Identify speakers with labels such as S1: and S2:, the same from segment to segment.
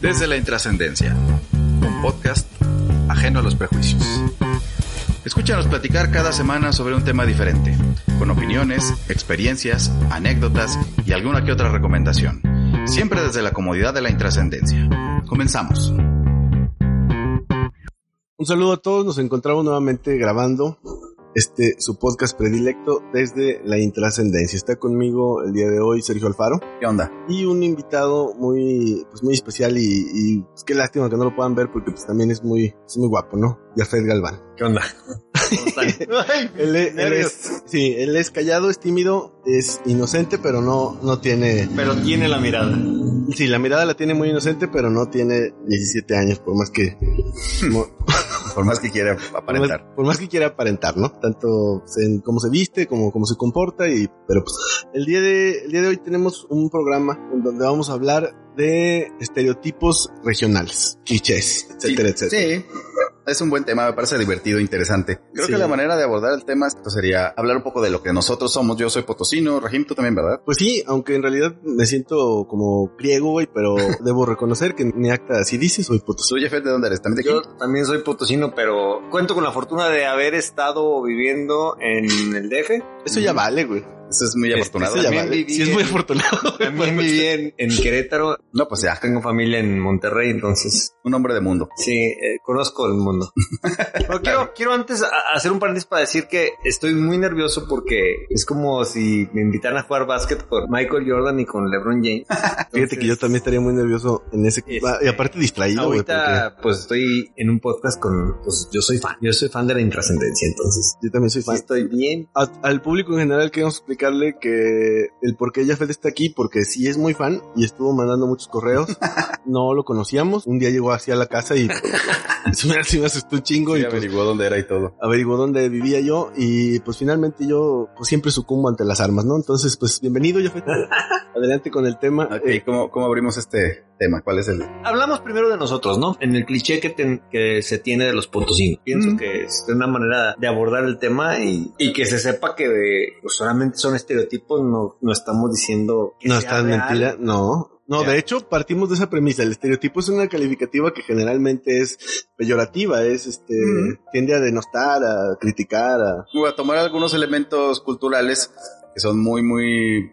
S1: Desde la intrascendencia, un podcast ajeno a los prejuicios. Escúchanos platicar cada semana sobre un tema diferente, con opiniones, experiencias, anécdotas y alguna que otra recomendación, siempre desde la comodidad de la intrascendencia. Comenzamos.
S2: Un saludo a todos, nos encontramos nuevamente grabando este su podcast predilecto desde la intrascendencia. Está conmigo el día de hoy Sergio Alfaro
S1: ¿Qué onda?
S2: y un invitado muy pues muy especial y, y, pues, qué lástima que no lo puedan ver porque pues también es muy es muy guapo, ¿no? Yafet Galván.
S3: ¿Qué onda?
S2: Él, es- él es sí, él es callado, es tímido, es inocente, pero no no tiene
S3: Pero tiene la mirada.
S2: sí, la mirada la tiene muy inocente, pero no tiene 17 años por más que
S1: Por más que quiera
S2: por más,
S1: aparentar.
S2: por más que quiera aparentar, ¿no? Tanto pues, en cómo se viste, como cómo se comporta, y pero pues el día de el día de hoy tenemos un programa en donde vamos a hablar de estereotipos regionales, clichés, etcétera,
S1: sí,
S2: etcétera.
S1: sí. es un buen tema, me parece divertido, interesante. Creo
S2: Sí.
S1: que la manera de abordar el tema esto sería hablar un poco de lo que nosotros somos. Yo soy potosino, Rajim, tú también, ¿verdad?
S2: Pues sí, aunque en realidad me siento como griego, güey, pero debo reconocer que en mi acta así dice, soy potosí.
S1: Soy Jeffet, ¿de dónde eres? ¿También de
S3: Yo
S1: aquí?
S3: también soy potosino, pero cuento con la fortuna de haber estado viviendo en el DF.
S2: Eso
S1: Mm.
S2: ya vale, güey.
S1: Eso es muy
S3: Este,
S1: afortunado.
S2: Eso ya
S3: También
S2: vale.
S3: viví
S2: Sí, es muy
S3: en-
S2: afortunado. güey,
S3: También viví
S2: pues.
S3: en, en Querétaro.
S1: No, pues ya,
S3: Tengo familia en Monterrey, entonces
S1: un hombre de mundo.
S3: sí, eh, conozco el mundo. Pero quiero, quiero antes a- hacer un paréntesis para decir que estoy muy nervioso porque es como si me invitaran a jugar básquet con Michael Jordan y con LeBron James.
S2: Fíjate que yo también estaría muy nervioso en ese...
S3: Es-
S2: Y aparte distraído, güey, porque
S3: Ahorita, pues estoy en un podcast con. Pues yo soy fan. Yo soy fan de la intrascendencia, entonces.
S2: yo también soy
S3: Sí,
S2: fan.
S3: estoy bien.
S2: a- al público en general queremos explicarle que el por qué Jafet está aquí, porque sí es muy fan y estuvo mandando muchos correos. No lo conocíamos. Un día llegó así a la casa y se me, se me asustó un chingo y
S1: Ya
S2: pues,
S1: averiguó dónde era y todo.
S2: averiguó dónde vivía yo y pues finalmente yo pues siempre sucumbo ante las armas, ¿no? Entonces pues bienvenido Jafet. Adelante con el tema.
S1: Ok,
S2: Eh,
S1: ¿cómo, cómo abrimos este tema? ¿Cuál es el...?
S3: Hablamos primero de nosotros, ¿no? En el cliché que, ten- que se tiene de los potosinos. Pienso
S1: Mm.
S3: que es una manera de abordar el tema y, y que se sepa que eh, pues, solamente son estereotipos, no, no estamos diciendo que
S2: no
S3: sea
S2: estás
S3: real.
S2: mentira, no. No,
S1: Ya.
S2: de hecho, partimos de esa premisa. El estereotipo es una calificativa que generalmente es peyorativa, es este,
S1: Mm.
S2: tiende a denostar, a criticar, a,
S1: Voy a tomar algunos elementos culturales que son muy, muy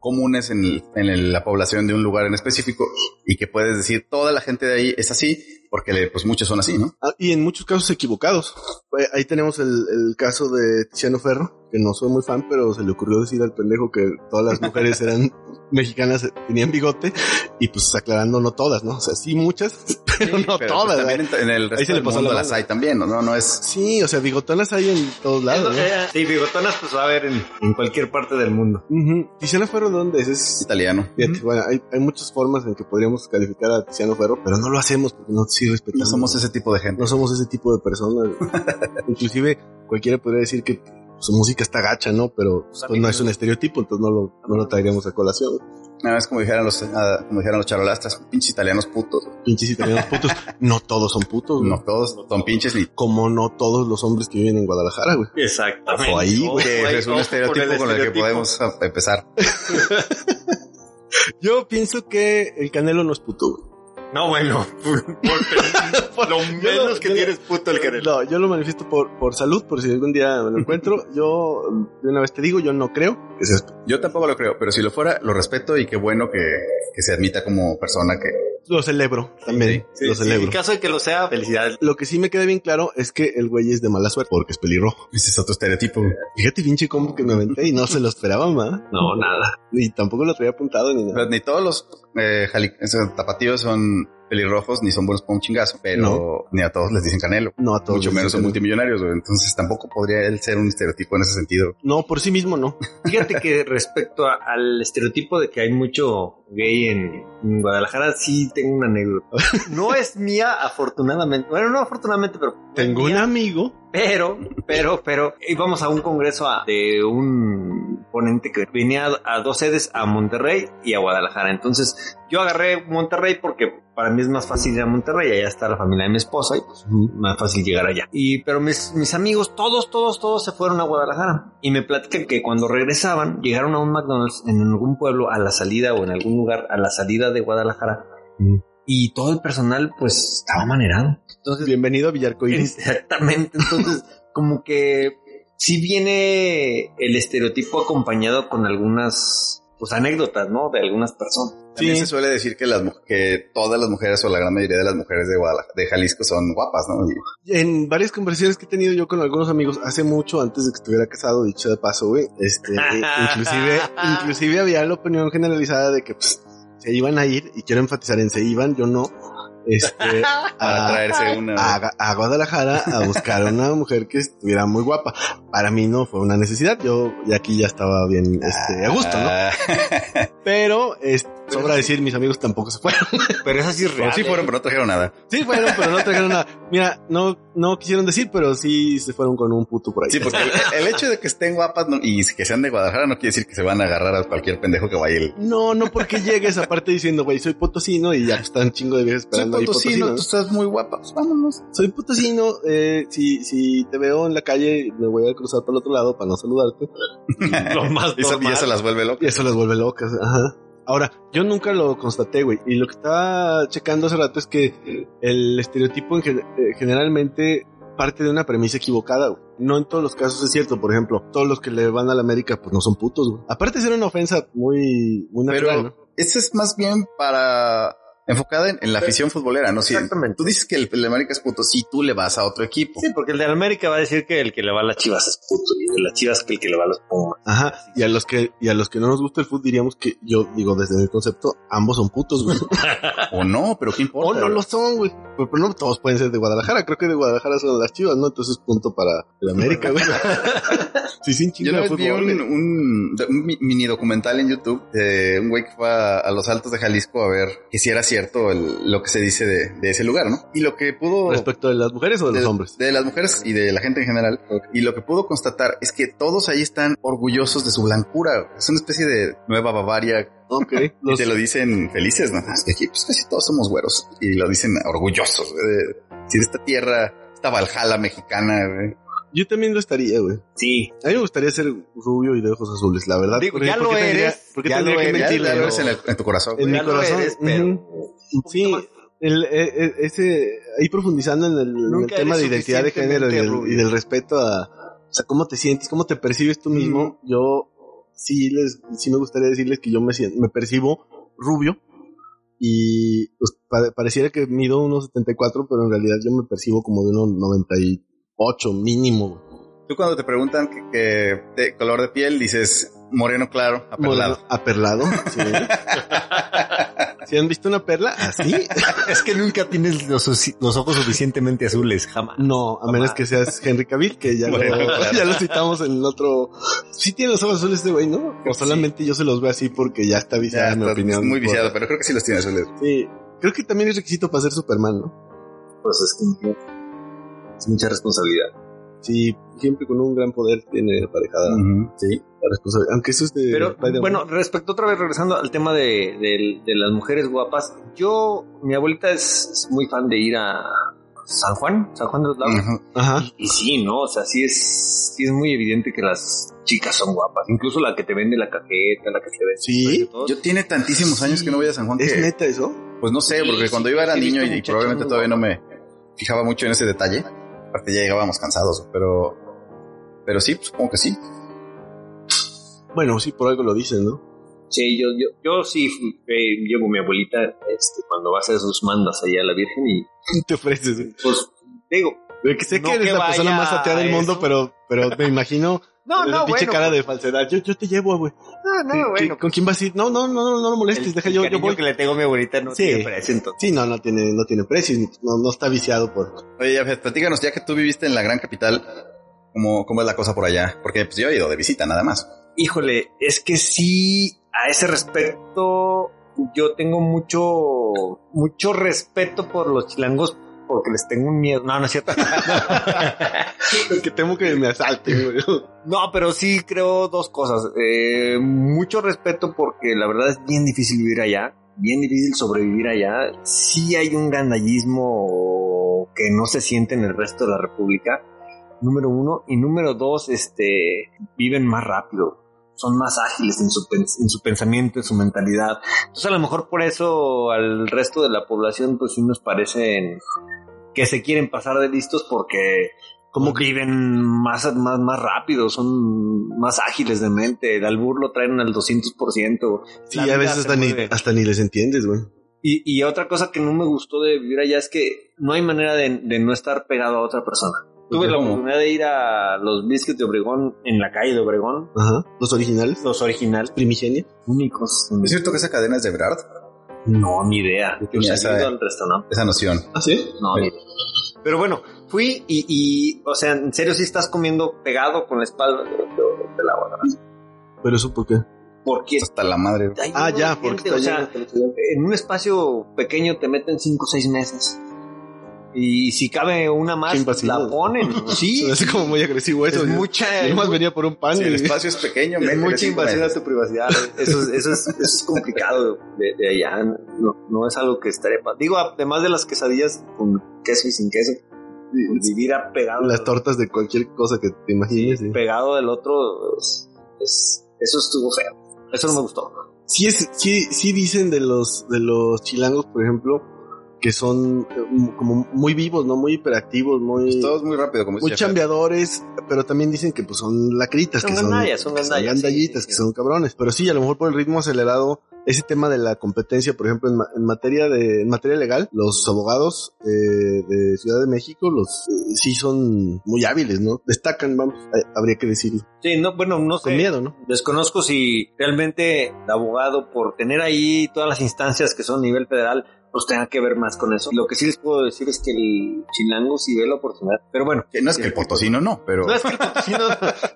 S1: comunes en, el- en el- la población de un lugar en específico y que puedes decir toda la gente de ahí es así porque le- pues muchos son así, ¿no?
S2: Ah, Y en muchos casos equivocados. Eh, Ahí tenemos el, el caso de Tiziano Ferro, que no soy muy fan, pero se le ocurrió decir al pendejo que todas las mujeres eran mexicanas, eh, tenían bigote, y pues aclarando no todas, ¿no? O sea, sí muchas, pero no
S1: Pero, pues,
S2: todas.
S1: también
S2: ¿eh?
S1: en, en el resto
S2: se le
S1: del
S2: pasó la
S1: mundo
S2: mano.
S1: las hay también, ¿no? No, no es...
S2: Sí, o sea, bigotonas hay en todos
S3: Es
S2: lados.
S3: lo-
S2: ¿no?
S3: eh, Sí, bigotonas, pues va a haber en, en cualquier parte del mundo.
S2: Ujú. Tiziano Ferro, ¿de dónde es? Es-
S1: italiano.
S2: fíjate, bueno, hay, hay muchas formas en que podríamos calificar a Tiziano Ferro, pero no lo hacemos porque no sí
S1: No
S2: respetamos.
S1: somos ese tipo de gente.
S2: no somos ese tipo de personas. Inclusive cualquiera podría decir que su música está gacha, ¿no? Pero
S3: Pues, a
S2: pues,
S3: mí
S2: no
S3: no.
S2: es un estereotipo, entonces no lo, no lo traeríamos a colación.
S1: Nada más como dijeran los, ah, como dijeran los charolastras, pinches italianos putos.
S2: Pinches italianos putos. No todos son putos, güey.
S1: No todos son pinches ni...
S2: Como no todos los hombres que viven en Guadalajara, güey.
S3: Exactamente.
S1: Ojo ahí, güey,
S3: Ojo ahí,
S1: es un
S3: ojo
S1: estereotipo con el, que
S3: estereotipo.
S1: podemos ah, empezar.
S2: Yo pienso que el Canelo no es puto, güey.
S3: No, bueno. lo
S2: menos que tienes
S3: puto
S2: No, yo lo manifiesto por, por salud, por si algún día me lo encuentro. Yo, de una vez te digo, yo no creo. que sea-
S1: Yo tampoco lo creo, pero si lo fuera, lo respeto y qué bueno que, que se admita como persona que...
S2: Lo celebro también.
S3: Sí,
S2: lo
S3: sí,
S2: celebro.
S3: en caso de que lo sea, felicidades.
S2: Lo que sí me queda bien claro es que el güey es de mala suerte porque es pelirrojo.
S1: Ese es otro estereotipo.
S2: Fíjate, pinche combo que me aventé y no se lo esperaba, ma.
S3: No, nada.
S2: Y tampoco lo traía apuntado ni nada.
S1: Pero ni todos los eh, jali- esos tapatíos son pelirrojos ni son buenos para un chingazo, pero
S2: No.
S1: ni a todos les dicen canelo.
S2: No, a todos.
S1: Mucho
S2: les
S1: menos son
S2: dicen que
S1: multimillonarios, güey. entonces tampoco podría él ser un estereotipo en ese sentido.
S2: no. No, por sí mismo no.
S3: Fíjate que respecto a- al estereotipo de que hay mucho gay en, en Guadalajara, sí tengo una anécdota. No es mía, afortunadamente. Bueno, no afortunadamente, pero...
S2: Tengo un amigo.
S3: Pero, pero, pero íbamos a un congreso a- de un ponente que venía a, a dos sedes, a Monterrey y a Guadalajara. Entonces yo agarré Monterrey porque para mí es más fácil ir a Monterrey, allá está la familia de mi esposa y pues más fácil llegar allá. Y pero mis, mis amigos, todos, todos, todos se fueron a Guadalajara y me platican que cuando regresaban llegaron a un McDonald's en algún pueblo a la salida o en algún lugar a la salida de Guadalajara y todo el personal pues estaba manerado. Entonces,
S2: Bienvenido a Villarcoiris.
S3: exactamente, entonces como que sí viene el estereotipo acompañado con algunas pues anécdotas, ¿no? De algunas personas.
S1: También
S2: Sí.
S1: se suele decir que, las, mu- que todas las mujeres o la gran mayoría de las mujeres de, Guadalajara- de Jalisco son guapas, ¿no? Y-
S2: En varias conversaciones que he tenido yo con algunos amigos hace mucho antes de que estuviera casado, dicho de paso, güey, este, eh, inclusive, inclusive había la opinión generalizada de que pues, se iban a ir y quiero enfatizar en se iban, yo no, este,
S1: para
S2: a-
S1: traerse una.
S2: a, a Guadalajara a buscar una mujer que estuviera muy guapa. Para mí no fue una necesidad. Yo ya aquí ya estaba bien este, a gusto, ¿no?
S1: Ah,
S2: Pero es- sobra decir, mis amigos tampoco se fueron.
S3: Pero eso sí es
S1: pero
S3: real.
S1: sí
S3: ¿eh?
S1: fueron, pero no trajeron nada.
S2: Sí fueron, pero no trajeron nada. Mira, no, no quisieron decir, pero sí se fueron con un puto por ahí.
S1: Sí, porque el, el hecho de que estén guapas no- y que sean de Guadalajara no quiere decir que se van a agarrar a cualquier pendejo que vaya. El,
S2: No, no porque llegues aparte diciendo, güey, soy potosino y ya están chingo de viejas esperando ahí potosino. ¿eh? ¿no?
S1: estás muy guapa, pues vámonos.
S2: Soy potosino, eh, si, si te veo en la calle me voy a cruzar para el otro lado para no saludarte.
S3: Lo más
S1: Y eso, y
S3: normal.
S1: eso las vuelve
S2: Y
S1: locas.
S2: eso las vuelve locas. Ajá. Ahora, yo nunca lo constaté, güey. Y lo que estaba checando hace rato es que el estereotipo en gen- eh, generalmente parte de una premisa equivocada, güey. No en todos los casos es cierto. Por ejemplo, todos los que le van a la América, pues no son putos, güey. Aparte de ser una ofensa muy, muy
S1: Pero
S2: natural, ¿no?
S1: esa es más bien para enfocada en, en la afición futbolera, ¿no? Si
S3: Exactamente.
S1: tú dices que el, el América es puto, si tú le vas a otro equipo.
S3: Sí, porque el de América va a decir que el que le va a las chivas es puto y el de las chivas que el que le va a los pumas.
S2: Ajá. Y a los que, y a los que no nos gusta el fútbol diríamos que yo digo desde mi concepto, ambos son putos, güey.
S1: O no, pero qué
S2: o
S1: importa.
S2: no lo son, güey. Pero, pero no todos pueden ser de Guadalajara. Creo que de Guadalajara son las chivas, ¿no? Entonces punto para el América, güey. sí, sin
S1: Yo
S2: chingar
S1: una
S2: al
S1: vez vi
S2: fútbol,
S1: un,
S2: güey.
S1: un- un mi- mini documental en YouTube de un güey que fue a, a los altos de Jalisco a ver que si era cierto el- lo que se dice de, de ese lugar, ¿no? Y lo que pudo...
S2: ¿Respecto de las mujeres o de, los hombres?
S1: De las mujeres y de la gente en general. Y lo que pudo constatar es que todos ahí están orgullosos de su blancura. Es una especie de nueva Bavaria.
S2: Ok.
S1: Y
S2: Los-
S1: te lo dicen felices, ¿no? Es que aquí pues, casi todos somos güeros. Y lo dicen orgullosos. eh, Si de esta tierra, esta Valhalla mexicana, güey.
S2: yo también lo estaría, güey.
S3: Sí,
S2: A mí me gustaría ser rubio y de ojos azules, la verdad.
S3: Digo,
S2: Porque-
S3: ya
S2: ¿por
S3: lo
S2: qué tendría-
S3: eres,
S2: ¿Por qué
S3: ya
S2: tendría
S3: lo
S2: que
S3: eres,
S1: Ya,
S2: mentirle?
S1: ya lo
S2: no?
S1: ves en, el- en tu corazón.
S2: En
S1: güey.
S2: mi
S3: ya lo
S2: corazón,
S3: eres, pero
S2: ujú. Sí, el- eh, eh, ese, ahí profundizando en el, en el
S3: Nunca
S2: tema de
S3: eres
S2: identidad de género y del,
S3: suficientemente
S2: y del respeto a, o sea, cómo te sientes, cómo te percibes tú mismo. Yo sí les, sí me gustaría decirles que yo me siento, me percibo rubio y pues, pa- pareciera que mido unos 74, pero en realidad yo me percibo como de unos 98 mínimo.
S1: Tú cuando te preguntan que, que de color de piel, dices moreno claro,
S2: Moreno,
S1: aperlado.
S2: Aperlado. Sí. ¿Sí han visto una perla? Ah, Así.
S4: Es que nunca tienes los, suci- los ojos suficientemente azules.
S3: jamás.
S2: No, a menos que seas Henry Cavill, que ya,
S1: Bueno,
S2: lo,
S1: claro.
S2: ya lo citamos en el otro. Sí tiene los ojos azules este güey, ¿no? O
S1: Sí.
S2: solamente yo se los veo así porque ya está
S1: Ya,
S2: viciada en mi
S1: estás
S2: opinión.
S1: muy
S2: por-
S1: viciado, pero creo que sí los tienes. Ule.
S2: Sí. Creo que también es requisito para ser Superman, ¿no?
S3: Pues es que es mucha responsabilidad.
S2: Sí, siempre con un gran poder tiene aparejada
S1: Mm. Sí.
S2: la responsabilidad. Aunque eso es de
S3: Pero
S2: Spider-Man.
S3: bueno, respecto otra vez, regresando al tema de, de- de las mujeres guapas, yo, mi abuelita es, es muy fan de ir a San Juan, San Juan de los Lagos.
S1: Ajá.
S2: Ajá.
S3: Y sí, ¿no? O sea, sí es, sí es muy evidente que las chicas son guapas. Incluso la que te vende la cajeta, la que te vende.
S2: Sí.
S3: todo.
S1: Yo tiene tantísimos años que no voy a San Juan
S2: ¿Es
S1: que-
S2: neta eso?
S1: pues no sé,
S3: Sí,
S1: porque
S3: sí,
S1: cuando iba era
S3: he visto
S1: niño y, y
S3: muchachas
S1: probablemente
S3: muy
S1: todavía no me fijaba mucho en ese detalle. Aparte ya llegábamos cansados, pero pero sí, pues, supongo que sí.
S2: Bueno, sí, por algo lo dicen, ¿no?
S3: Sí, yo, yo, yo sí fui- eh, llevo a mi abuelita este, cuando va a hacer sus mandas allá a la Virgen y
S2: Te ofreces. güey.
S3: pues digo,
S2: Güey, Que sé
S3: No
S2: que eres
S3: que
S2: la persona
S3: vaya
S2: más atea del
S3: a
S2: mundo,
S3: eso.
S2: pero, pero me imagino
S3: no,
S2: la
S3: no,
S2: pinche
S3: bueno,
S2: cara de falsedad. Yo, yo te llevo, güey.
S3: no, no,
S2: ¿Qué- qué-
S3: bueno.
S2: ¿Con quién vas a ir? No, no, no, no, no lo molestes, deja yo, yo
S3: cariño
S2: voy.
S3: que le tengo a mi abuelita no
S2: Sí.
S3: tiene precio, entonces.
S2: Sí, no, no tiene, no tiene precio, y no, no está viciado por.
S1: Oye, ya, pues, platícanos, ya que tú viviste en la gran capital, ¿cómo, cómo es la cosa por allá? Porque pues yo he ido de visita nada más.
S3: Híjole, es que sí, a ese respecto, yo tengo mucho, mucho respeto por los chilangos porque les tengo un miedo. No, no es cierto.
S2: que temo que me asalte, güey.
S3: No, pero sí creo dos cosas. Eh, mucho respeto porque la verdad es bien difícil vivir allá, bien difícil sobrevivir allá. Sí hay un gandallismo que no se siente en el resto de la República, número uno. Y número dos, este, viven más rápido. son más ágiles en su, pens- en su pensamiento, en su mentalidad. Entonces a lo mejor por eso al resto de la población pues sí nos parecen que se quieren pasar de listos porque como que viven más, más, más rápido, son más ágiles de mente, el albur lo traen al 200%.
S2: Sí,
S3: La
S2: a
S3: vida
S2: veces
S3: se
S2: hasta ni,
S3: mueve.
S2: hasta ni les entiendes, güey.
S3: Y, y otra cosa que no me gustó de vivir allá es que no hay manera de, de no estar pegado a otra persona. Tuve la
S1: ¿Cómo?
S3: oportunidad de ir a los biscuits de Obregón en la calle de Obregón,
S2: Ajá. Los originales,
S3: los originales,
S2: primigenia.
S3: únicos.
S1: ¿Es cierto que esa cadena es de Brad?
S3: No, ni idea. Yo
S1: tenía
S3: he
S1: esa-
S3: ido al restaurante.
S1: Esa noción.
S2: ¿Ah, sí?
S3: No, ni idea. Pero bueno, fui y, y, o sea, en serio, sí estás comiendo pegado con la espalda de, de- de la hora.
S2: Pero eso por qué.
S3: Porque
S1: Hasta la madre.
S3: hay
S2: Ah,
S3: un
S2: ya,
S3: ambiente,
S2: porque
S3: o
S2: está
S3: sea, en un espacio pequeño te meten cinco o seis mesas. Y si cabe una más,
S2: Qué invasivo.
S3: la ponen. Sí,
S2: Se me hace como muy agresivo eso.
S3: es
S2: Yo-
S3: mucha,
S2: yo
S3: es
S2: nomás venía por un pan
S1: Si el
S2: y...
S1: espacio es pequeño,
S3: es
S1: métele
S3: mucha
S1: cinco
S3: invasión a
S1: metros.
S3: tu privacidad. Eso es, eso es, eso es complicado de, de allá. No, no es algo que estaría. pa- Digo, además de las quesadillas con queso y sin queso, vivir apegado,
S2: Las tortas de cualquier cosa que te imagines. sí.
S3: pegado del otro, es- es- eso estuvo feo. Eso no me gustó.
S2: sí es sí sí dicen de los de los chilangos por ejemplo que son eh, m- como muy vivos no muy hiperactivos muy
S1: Pues Todo es muy rápido, como
S2: muy
S1: dice Jafet.
S2: chambeadores pero también dicen que pues son lacritas
S3: Son
S2: que son
S3: gandallas, son
S2: que son
S3: gandallas,
S2: gandallitas
S3: sí, sí,
S2: que
S3: sí.
S2: son cabrones pero sí a lo mejor por el ritmo acelerado ese tema de la competencia por ejemplo en, ma- en materia de en materia legal los abogados eh, de Ciudad de México los eh, sí son muy hábiles no destacan vamos eh, habría que decirlo
S3: Sí, no, bueno, no
S2: con
S3: sé.
S2: miedo no
S3: Desconozco si realmente el abogado, por tener ahí todas las instancias que son a nivel federal, pues tenga que ver más con eso. Lo que sí les puedo decir es que el chilango sí ve la oportunidad. Pero bueno,
S1: Que No es que el potosino no, pero
S3: no es que el potosino-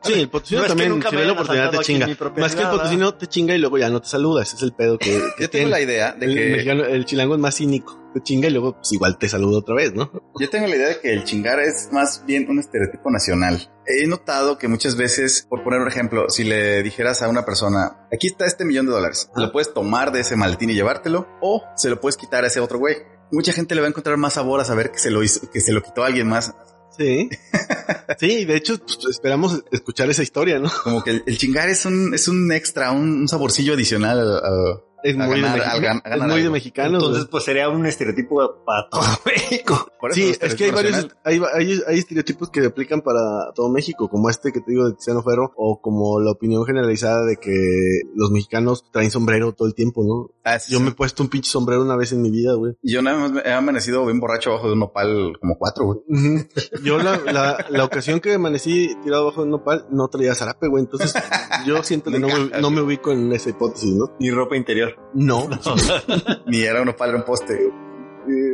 S2: Sí, el potosino
S3: No es que
S2: también
S3: nunca
S2: si
S3: me
S2: ve la
S3: hayan
S2: oportunidad te
S3: asaltado aquí en
S2: chinga.
S3: mi propiedad,
S2: Más que el potosino te chinga y luego ya no te saluda. Ese es el pedo que, que
S1: yo tengo
S2: tiene.
S1: la idea de
S2: el,
S1: que
S2: mexicano- el chilango es más cínico. Te chinga y luego pues, igual te saluda otra vez, ¿no?
S1: yo tengo la idea de que el chingar es más bien un estereotipo nacional. He notado que muchas veces, por poner un ejemplo, si le dijeras a una persona, aquí está este millón de dólares, lo puedes tomar de ese maletín y llevártelo, o se lo puedes quitar a ese otro güey. Mucha gente le va a encontrar más sabor a saber que se lo hizo, que se lo quitó a alguien más.
S2: Sí. Sí, de hecho, pues, esperamos escuchar esa historia, ¿no?
S1: Como que el, el chingar es un, es un extra, un, un saborcillo adicional al- al-
S2: Es
S1: A
S2: muy,
S1: ganar,
S2: de,
S1: al gan-
S2: mexicano,
S1: a ganar
S2: es muy de
S1: algo.
S2: mexicanos.
S3: entonces pues sería un estereotipo para todo México.
S1: por
S2: güey.
S1: eso
S2: Sí,
S1: un
S2: es que hay
S1: estereotipo
S2: varios,
S1: nacional.
S2: hay, hay- hay estereotipos que aplican para todo México, como este que te digo de Tiziano Ferro, o como la opinión generalizada de que los mexicanos traen sombrero todo el tiempo, ¿no?
S1: Ah, sí,
S2: Yo
S1: sí.
S2: me he puesto un pinche sombrero una vez en mi vida, güey.
S1: Yo nada más me- he amanecido bien borracho abajo de un nopal como cuatro, güey.
S2: Ujú. Yo la, la, la ocasión que amanecí tirado abajo de un nopal no traía zarape, güey. Entonces yo siento que no, me, no me ubico en esa hipótesis, ¿no?
S3: Ni ropa interior.
S2: No.
S1: Ni era un nopal, era un poste. güey.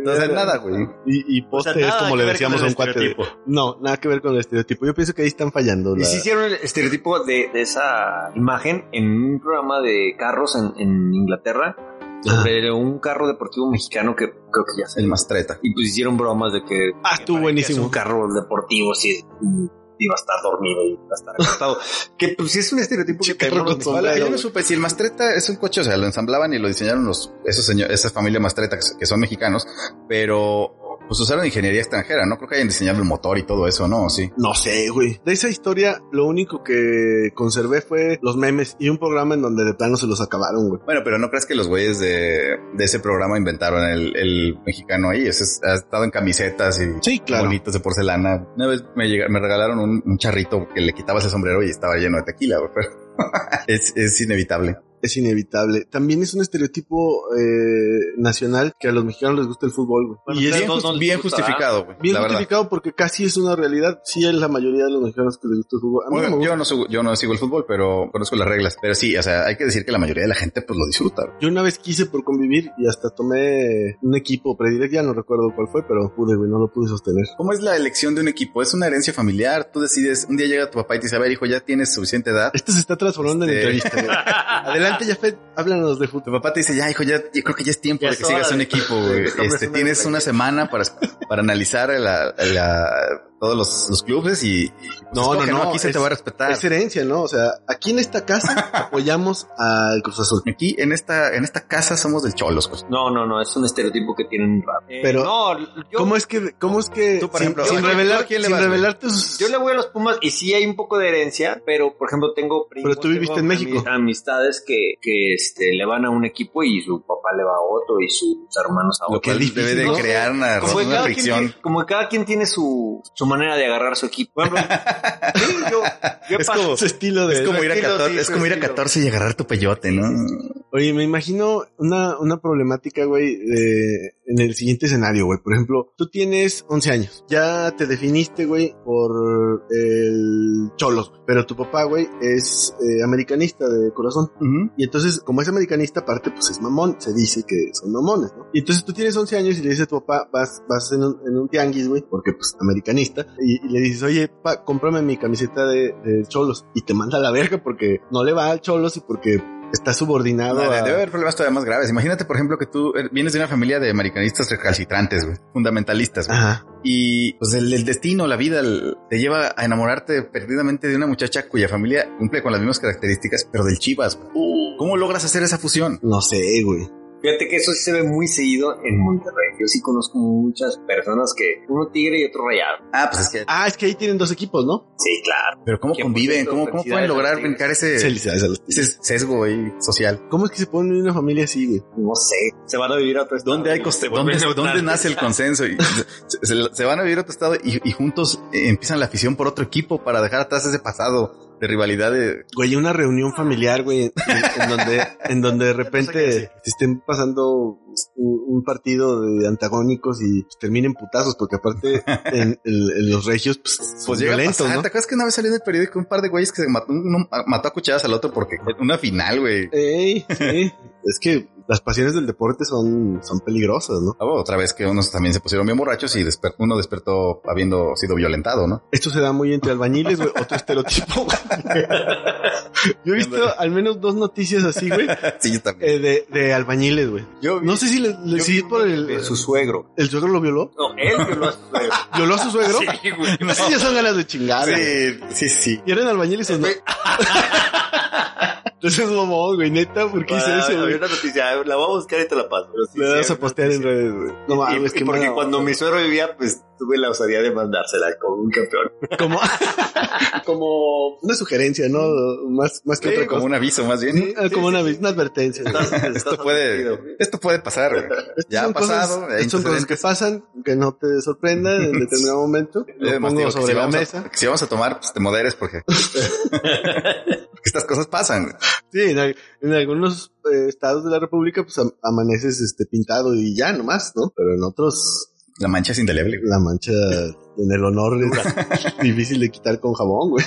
S1: No
S2: Eh,
S1: era nada, güey.
S2: Y, y poste
S3: O sea,
S2: es
S3: nada
S2: como
S3: que
S2: le
S3: ver
S2: decíamos
S3: con
S2: a
S3: el
S2: un cuate.
S3: estereotipo.
S2: No, nada que ver con el estereotipo. Yo pienso que ahí están fallando.
S3: Y
S2: la- Ah,
S3: si hicieron el estereotipo de, de esa imagen en un programa de carros en, en Inglaterra sobre un carro deportivo mexicano que creo que ya se
S1: El mastreta.
S3: Y pues hicieron bromas de que
S2: Ah, estuvo buenísimo.
S3: un carro deportivo sí iba a estar dormido y iba a estar acostado. que pues sí es un estereotipo
S2: Sí,
S3: que tenemos
S2: carro con
S3: los
S2: sombrero,
S1: Yo
S3: mexicanos.
S1: no supe si el mastreta es un coche, o sea, lo ensamblaban y lo diseñaron los, esos señores, esa familia mastreta que s- que son mexicanos, pero pues usaron ingeniería extranjera, ¿no? Creo que hayan diseñado el motor y todo eso, ¿no? Sí.
S2: No sé, güey. De esa historia, lo único que conservé fue los memes y un programa en donde de plano se los acabaron, güey.
S1: Bueno, pero no crees que los güeyes de, de ese programa inventaron el, el mexicano ahí. Ese es- ha estado en camisetas y
S2: Sí, claro.
S1: bonitos de porcelana. Una vez me, llega- me regalaron un, un charrito que le quitabas el sombrero y estaba lleno de tequila, güey, pero es, es inevitable.
S2: Es inevitable. También es un estereotipo eh, nacional que a los mexicanos les gusta el fútbol, güey.
S3: Bueno,
S1: y es
S3: ustedes
S1: bien,
S3: no-
S1: jus-
S3: no les
S1: bien
S3: gusta,
S1: justificado, güey.
S2: Bien
S1: la verdad.
S2: justificado porque casi es una realidad. Sí es la mayoría de los mexicanos que les gusta el fútbol. A mí no
S1: Bueno,
S2: me gusta.
S1: yo no, sigo, yo no sigo el fútbol, pero conozco las reglas. Pero sí, o sea, hay que decir que la mayoría de la gente pues lo disfruta. güey.
S2: Yo una vez quise por convivir y hasta tomé un equipo predilecto, ya no recuerdo cuál fue, pero pude, güey, no lo pude sostener.
S1: ¿Cómo es la elección de un equipo? Es una herencia familiar. Tú decides, un día llega tu papá y te dice, a ver, hijo, ya tienes suficiente edad.
S2: Esto se está transformando en
S1: Este-
S2: entrevista, güey. Adelante, Jafet, háblanos de
S1: Tu
S2: fútbol.
S1: papá te dice, ya, hijo, ya, yo creo que ya es tiempo
S3: Ya
S1: de
S3: es
S1: que sigas
S3: hora
S1: un
S3: de-
S1: equipo.
S3: de
S1: güey.
S3: que compres
S1: Este,
S3: una
S1: tienes
S3: playera".
S1: una semana para, para analizar la- la- todos los, los clubes y, y pues,
S2: No, no,
S1: escoge,
S2: no,
S1: Aquí se
S2: es-
S1: te va a respetar.
S2: Es herencia, ¿no? O sea, aquí en esta casa apoyamos al Cruz Azul.
S1: Aquí en esta, en esta casa somos del cholos, pues.
S3: No, no, no, es un estereotipo que tienen raro. Eh,
S2: Pero,
S3: no, yo,
S2: ¿Cómo es que, cómo es que,
S1: Tú, por
S2: sin,
S1: ejemplo,
S2: sin
S1: ¿a quién-
S2: revelar,
S1: tú a quién le
S2: sin
S1: vas, güey?
S2: revelar tus,
S3: yo le voy a los Pumas y sí hay un poco de herencia, pero por ejemplo tengo primos,
S2: Pero tú viviste
S3: tengo
S2: en México.
S3: ami- amistades que, que este, le van a un equipo y su papá le va a otro y sus hermanos a
S1: Lo
S3: otro.
S1: cual debe de
S3: ¿no?
S1: crear una,
S3: Como que,
S1: una
S3: cada
S1: fricción.
S3: quien, tiene- como que cada quien tiene su, su manera de agarrar su equipo. Por ejemplo, sí, yo, yo he
S1: Es
S3: pas-
S1: como-
S2: su estilo
S1: Es
S2: de,
S1: como ir a
S3: Tranquilo,
S1: 14,
S3: sí,
S1: es como ir a
S3: tranquilo.
S1: 14 y agarrar tu peyote, ¿no?
S2: Oye, me imagino una, una problemática, güey, de- en el siguiente escenario, güey. Por ejemplo, tú tienes 11 años. Ya te definiste, güey, por el Cholos, güey. pero tu papá, güey, es eh, americanista de corazón. Y entonces, como es americanista, aparte, pues es mamón. Se dice que son mamones, ¿no? Y entonces tú tienes 11 años y le dices a tu papá, vas, vas en un, en un tianguis, güey, porque pues americanista. Y, y le dices, oye, pa, cómprame mi camiseta de, de Cholos. Y te manda a la verga porque no le va al Cholos y porque está subordinado
S1: No,
S2: a...
S1: Debe haber problemas todavía más graves. Imagínate, por ejemplo, que tú eh, vienes de una familia de americanistas recalcitrantes, güey, fundamentalistas, güey.
S2: Ajá.
S1: Y pues el, el destino, la vida, el- te lleva a enamorarte perdidamente de una muchacha cuya familia cumple con las mismas características, pero del Chivas. güey. ¿Cómo logras hacer esa fusión?
S2: No sé, güey.
S3: Fíjate que eso sí se ve muy seguido en Monterrey. Yo sí conozco muchas personas que uno tigre y otro rayado.
S1: Ah, pues es que.
S2: Ah, es que ahí tienen dos equipos, ¿no?
S3: Sí, claro.
S1: Ah, Pero ¿cómo
S3: que por
S1: conviven?
S3: cierto,
S1: ¿Cómo, cómo pueden
S3: felicidades a
S1: lograr
S3: los
S1: brincar ese,
S2: Felicidades a los tíos.
S1: ese sesgo ahí social?
S2: ¿Cómo es que se pone una familia así, güey?
S3: No sé. Se van a vivir a otro estado.
S1: ¿Dónde, hay coste- ¿dónde, dónde nace el consenso? Y se, se- se van a vivir a otro estado y, y juntos eh, empiezan la afición por otro equipo para dejar atrás ese pasado de rivalidad de...
S2: Güey, una reunión
S1: Ah.
S2: familiar, güey, en, en donde, en donde de repente se estén pasando un, un partido de antagónicos y pues, terminen putazos, porque aparte en, en- en los regios, pues, son
S1: Pues llega a
S2: violentos,
S1: pasar.
S2: ¿no?
S1: ¿Te acuerdas que una vez salió en el periódico un par de güeyes que se mató, uno mató a cuchadas al otro porque una final, güey?
S2: Ey, sí. es que las pasiones del deporte son, son peligrosas, ¿no?
S1: Ah, bueno, Otra vez que unos también se pusieron bien borrachos y desper- uno despertó habiendo sido violentado, ¿no?
S2: Esto se da muy entre albañiles, güey, otro estereotipo. güey. Yo he visto al menos dos noticias así, güey,
S1: sí, yo también.
S2: eh, de, de albañiles, güey.
S1: Yo vi-
S2: No sé si, le, le- si es por el,
S3: Su suegro.
S2: el suegro lo violó.
S3: No, él violó a su suegro.
S2: ¿Violó a su suegro?
S3: Sí, güey.
S2: Así ya son ganas de chingar, güey.
S1: Sí, sí, sí.
S2: Y eran albañiles o no. Entonces, mamón, güey, neta, ¿por qué hice
S3: Ah,
S2: eso,
S3: había
S2: güey?
S3: una noticia, la voy a buscar y te la paso. Pero sí,
S2: Le das
S3: sí, había
S2: a
S3: una
S2: postear en
S3: noticia.
S2: redes, güey. No
S3: Y-
S2: mames,
S3: y
S2: qué
S3: porque
S2: mala
S3: cuando mi suegro vivía, pues tuve la osadía de mandársela como un campeón.
S2: onda. Como, como una sugerencia, ¿no? Más, más que
S1: Sí,
S2: otra
S1: como
S2: cosa.
S1: un aviso más bien.
S2: pues, Sí, ah, como una, una advertencia. güey.
S3: Estás- estás
S1: Esto puede,
S3: advertido.
S1: esto puede pasar, güey.
S2: Estas
S1: Ya ha
S2: son
S1: pasado,
S2: cosas-
S1: hay
S2: estas son cosas que
S1: antecedentes.
S2: pasan, que no te sorprenda en determinado momento.
S1: Yo
S2: Lo
S1: además
S2: pongo
S1: digo que
S2: sobre
S1: si
S2: la
S1: vamos a-
S2: mesa.
S1: que si vamos a tomar, pues te moderes porque estas cosas pasan. güey.
S2: Sí, en, al- en algunos eh, estados de la República, pues am- amaneces este pintado y ya nomás, ¿no? Pero en otros,
S1: La mancha es indeleble. güey.
S2: la mancha en el honor es difícil de quitar con jabón, güey.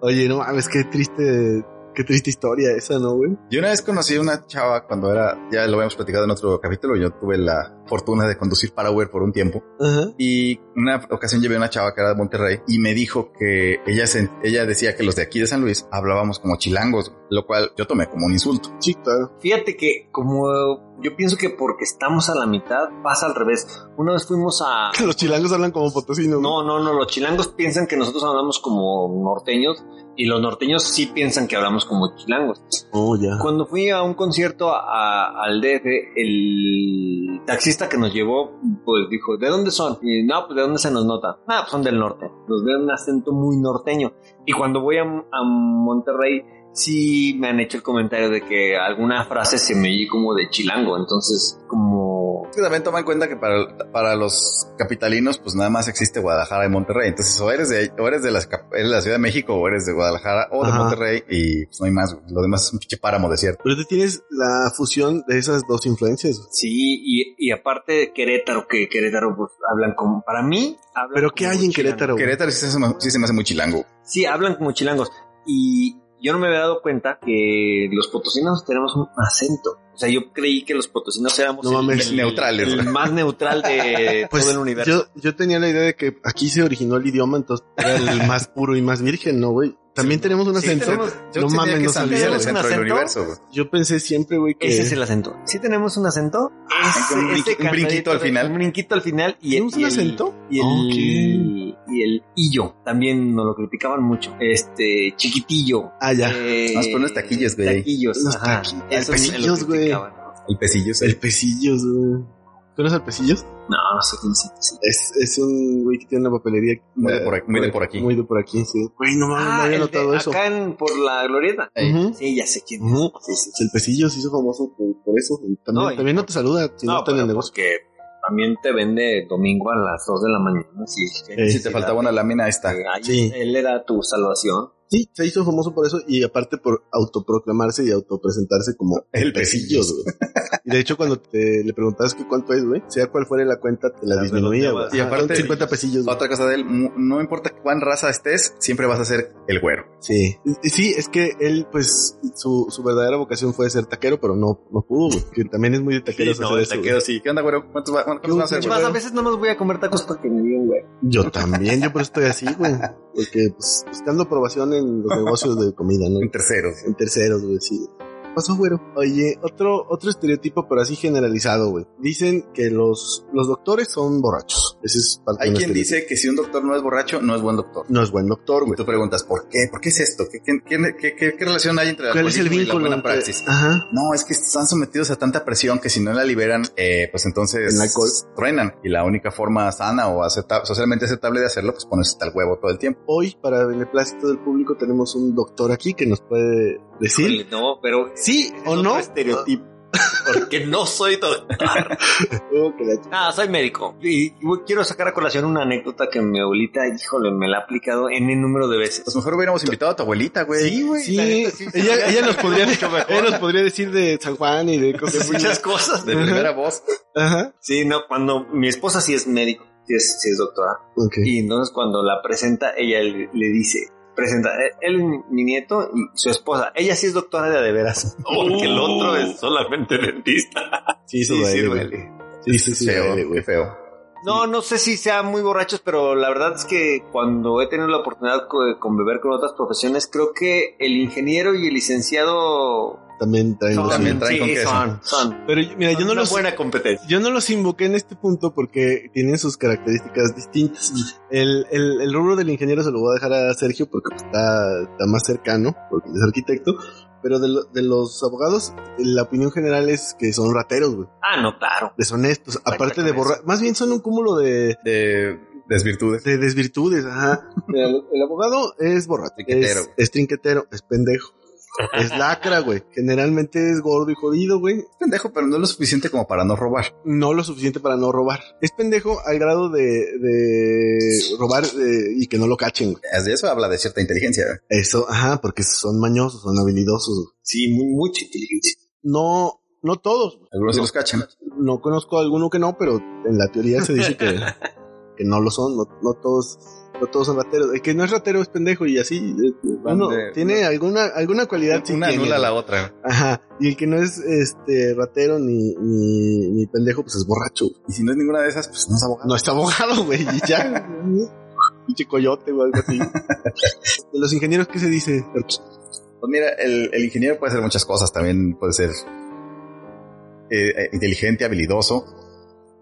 S2: Oye, no mames, qué triste, qué triste historia esa, ¿no, güey?
S1: Yo una vez conocí a una chava cuando era, ya lo habíamos platicado en otro capítulo, yo tuve la fortuna de conducir para Uber por un tiempo
S2: Ajá.
S1: y una ocasión llevé a una chava que era de Monterrey y me dijo que ella, se- ella decía que los de aquí de San Luis hablábamos como chilangos, güey, lo cual yo tomé como un insulto.
S2: Sí, claro.
S3: Fíjate que como yo pienso que porque estamos a la mitad pasa al revés. Una vez fuimos a...
S2: Los chilangos hablan como potosinos. güey.
S3: No, no, no, los chilangos piensan que nosotros hablamos como norteños y los norteños sí piensan que hablamos como chilangos.
S2: Oh, ya.
S3: Cuando fui a un concierto a- a- al DF, el taxista que nos llevó, pues dijo, ¿de dónde son? Y, no, pues de dónde se nos nota. Ah, pues son del norte. Nos ven un acento muy norteño. Y cuando voy a, a Monterrey, sí me han hecho el comentario de que alguna frase se me oí como de chilango. Entonces, como...
S1: Es que también toma en cuenta que para, para los capitalinos, pues nada más existe Guadalajara y Monterrey. Entonces, o eres de, o eres de, las cap- eres de la Ciudad de México, o eres de Guadalajara, o de
S2: Ajá.
S1: Monterrey, y pues no hay más. güey. Lo demás es un pinche páramo desierto.
S2: Pero tú tienes la fusión de esas dos influencias. güey.
S3: Sí, y, y aparte de Querétaro, que Querétaro pues, hablan como... Para mí... hablan
S2: Pero ¿qué
S3: como
S2: hay en
S3: chilango.
S2: Querétaro? güey?
S1: Querétaro sí se, me- sí se me hace muy chilango.
S3: Sí, hablan como chilangos. Y yo no me había dado cuenta que los potosinos tenemos un acento. O sea, yo creí que los potosinos éramos
S2: No
S3: el-
S2: mames.
S3: el,
S1: Pues Neutrales,
S3: el
S1: ¿verdad?
S3: más neutral de
S2: Pues
S3: todo el universo.
S2: Yo, yo tenía la idea de que aquí se originó el idioma, entonces era el más puro y más virgen, ¿no, güey? También tenemos un
S3: Sí,
S2: acento.
S3: tenemos-
S2: no
S1: sentía
S2: mames,
S1: que
S2: no
S1: San Luis
S2: sabía.
S1: era el
S3: ¿Tenemos un
S1: centro del
S3: acento?
S1: universo. güey.
S2: Yo pensé siempre, güey, que...
S3: Ese es el acento. ¿Sí tenemos un acento?
S1: con Ah, un brinqui- un brinquito
S3: cantadito
S1: al
S3: de-
S1: final.
S3: Un brinquito al final. Y el,
S2: ¿Tenemos
S3: y
S2: un
S3: el-
S2: acento? Ah,
S3: Y el,
S2: Ok.
S3: y el Illo. También nos lo criticaban mucho. Este, chiquitillo.
S2: Ah, ya.
S3: Eh,
S1: Vamos por unos taquillos, güey.
S3: Taquillos.
S2: Unos
S3: ajá.
S2: taqui-
S3: Eso
S2: al
S3: me lo
S2: pesillos, güey.
S3: criticaban.
S1: El pesillo.
S2: El Pesillos, güey. ¿Conoces al Pesillos?
S3: No, no sé quién es. Sí.
S2: Es, es un güey que tiene una papelería.
S1: Muy de
S2: eh,
S1: por aquí- muy de por aquí.
S2: Muy de por aquí, sí. Güey, no mames, no
S3: Ah,
S2: había
S3: el de
S2: notado eso.
S3: acá en, por la glorieta.
S1: Ey.
S2: Ujú.
S3: Sí, ya sé quién.
S2: Ujú. El Pesillo se hizo famoso por, por eso. Y También,
S3: No, y-
S2: también no te saluda si no, está en el
S3: pero
S2: negocio.
S3: porque también te vende domingo a las 2 de la mañana. Sí,
S2: Eh,
S1: Si te faltaba una lámina, ahí está.
S3: Ahí
S2: Sí.
S3: Él era tu salvación.
S2: Sí, se hizo famoso por eso y aparte por autoproclamarse y autopresentarse como
S1: El
S2: güey. y de hecho, cuando te, le preguntabas que cuánto es, güey, sea cual fuera la cuenta, te la disminuía, güey.
S1: Y
S2: Ajá,
S1: aparte-
S2: son 50 pesillos, güey.
S1: Otra cosa de él, mu- no importa cuán raza estés, siempre vas a ser el güero.
S2: Sí. Y- Sí, es que él, pues, su, su verdadera vocación fue ser taquero, pero no, no pudo, güey. Que también es muy de taqueros hacer eso, güey.
S1: sí. ¿Qué onda, güero? ¿Cuántos, va- cuántos
S2: Yo-
S1: van a ser,
S2: yo-
S1: güey?
S3: Chivas, a veces no más voy a comer tacos porque me digan, güey.
S2: Yo también, yo por eso estoy así, güey. Porque, pues, buscando aprobación en los negocios de comida, ¿no?
S1: En terceros.
S2: En terceros, güey, sí. Pasó, güero. Oye, otro, otro estereotipo, pero así generalizado, güey. Dicen que los, los doctores son borrachos. Ese es parte de
S1: Hay
S2: un
S1: quien
S2: estereotipo.
S1: dice que si un doctor no es borracho, no es buen doctor.
S2: No es buen doctor,
S1: Y
S2: güey.
S1: tú preguntas, ¿por qué? ¿Por qué es esto? ¿Qué, qué, qué- qué- qué- qué relación hay entre el
S2: ¿Cuál es el
S1: alcoholismo y la
S2: vínculo?
S1: buena
S2: entre-
S1: praxis?
S2: Ajá.
S1: No, es que están sometidos a tanta presión que si no la liberan, eh, pues entonces
S2: El alcohol.
S1: truenan. Y la única forma sana o acepta- socialmente aceptable de hacerlo, pues ponerse hasta el huevo todo el tiempo.
S2: Hoy, para beneplácito del público, tenemos un doctor aquí que nos puede decir
S3: Híjole, No, pero
S2: sí
S3: es
S2: o
S3: otro
S2: no.
S3: estereotipo. Porque no soy doctor.
S2: Oh, que la ch-
S3: Ah, soy médico. Y, y voy- quiero sacar a colación una anécdota que mi abuelita, híjole, me la ha aplicado en el número de veces.
S1: Pues mejor hubiéramos invitado a tu abuelita, güey.
S2: Sí, güey. Ella, ella nos podría, ella nos podría decir de San Juan y de
S3: De
S2: cosas
S3: muchas cosas.
S1: De primera voz.
S2: Ajá.
S3: Sí, no, cuando mi esposa sí es médico, sí es, sí es doctora.
S2: Ok.
S3: Y entonces cuando la presenta, ella le, le dice, presenta, eh, él, es mi nieto y su esposa. Ella sí es doctora de, de veras. Oh, Porque el otro es solamente dentista.
S2: Sí, eso duele, güey. Sí, sí, sí,
S1: feo,
S2: duele, güey.
S1: qué feo.
S3: No, no sé si sean muy borrachos, pero la verdad es que cuando he tenido la oportunidad co- de convivir con otras profesiones, creo que el ingeniero y el licenciado
S2: También traen
S3: son,
S2: los-
S1: también traen
S3: sí,
S1: con queso.
S3: son, son.
S2: Pero yo- mira, yo
S3: Son
S2: no
S3: una
S2: los
S3: buena competencia.
S2: Yo no los invoqué en este punto porque tienen sus características distintas. El, el, el rubro del ingeniero se lo voy a dejar a Sergio porque está, está más cercano, porque es arquitecto. Pero de, lo- de los abogados, la opinión general es que son rateros, güey.
S3: Ah, no, claro.
S2: Deshonestos.
S3: Cuenta
S2: Aparte
S3: con
S2: de
S3: eso.
S2: borrar. Más bien son un cúmulo de,
S1: De desvirtudes.
S2: de desvirtudes. Ajá. Mira, El, el abogado es borracho.
S1: Trinquetero.
S2: Es, es trinquetero. Es pendejo. Es lacra, güey. Generalmente es gordo y jodido, güey.
S1: Pendejo, pero no es lo suficiente como para no robar.
S2: no lo suficiente para no robar. Es pendejo al grado de, de robar eh, y que no lo cachen. güey.
S1: Es De eso habla de cierta inteligencia.
S2: Eso, ajá, porque son mañosos, son habilidosos. güey.
S3: Sí, muy, mucha inteligencia.
S2: No, no todos. güey.
S1: Algunos sí los cachan.
S2: No conozco a alguno que no, pero en la teoría se dice que, que no lo son. No, no todos, no todos son rateros. El que no es ratero es pendejo y así. eh,
S1: Van
S2: uno
S1: de-
S2: tiene alguna, alguna cualidad. sí
S1: Una
S2: tiene,
S1: anula
S2: güey.
S1: la otra.
S2: Ajá. Y el que no es este ratero ni, ni, ni pendejo, pues es borracho. güey.
S1: Y si no es ninguna de esas, pues no es abogado.
S2: No está abogado, güey, y ya. Pinche coyote o algo así. De los ingenieros, ¿qué se dice?
S1: Pues mira, el, el ingeniero puede ser muchas cosas. También puede ser eh, eh, inteligente, habilidoso.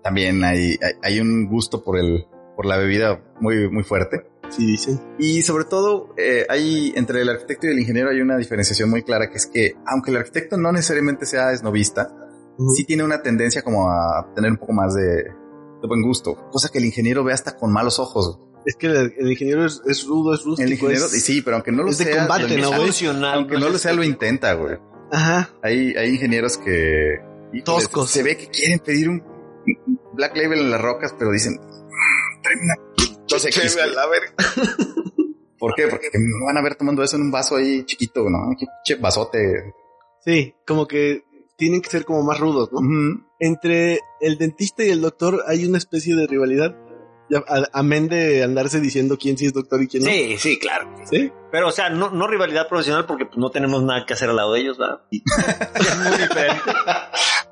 S1: También hay, hay, hay un gusto por el, por la bebida muy, muy fuerte.
S2: Sí, dicen.
S1: Y sobre todo, eh, hay entre el arquitecto y el ingeniero hay una diferenciación muy clara que es que, aunque el arquitecto no necesariamente sea esnovista, sí tiene una tendencia como a tener un poco más de, de buen gusto, cosa que el ingeniero ve hasta con malos ojos.
S2: Es que el, el ingeniero es, es rudo, es rústico.
S1: El ingeniero,
S2: es-
S1: y sí, pero aunque no lo
S2: es de
S1: sea,
S2: combate,
S1: lo
S2: ¿no,
S1: intenta.
S2: güey?
S3: Funcional,
S1: aunque no lo sea, lo intenta, güey.
S2: Ajá.
S1: Hay, hay ingenieros que híjole,
S2: Toscos.
S1: Se ve que quieren pedir un Black Label en las rocas, pero dicen, "Mm, tráeme una pinche cheve a la verga". ¿Por qué? Porque me van a ver tomando eso en un vaso ahí chiquito, ¿no? Qué pinche vasote.
S2: Sí, como que tienen que ser como más rudos, ¿no?
S1: Ujú.
S2: Entre el dentista y el doctor hay una especie de rivalidad. Ya, a- Amén de andarse diciendo quién sí es doctor y quién no.
S3: Sí, sí, claro.
S2: Sí.
S3: Pero, o sea, no, no rivalidad profesional porque pues, no tenemos nada que hacer al lado de ellos, ¿verdad? es muy diferente.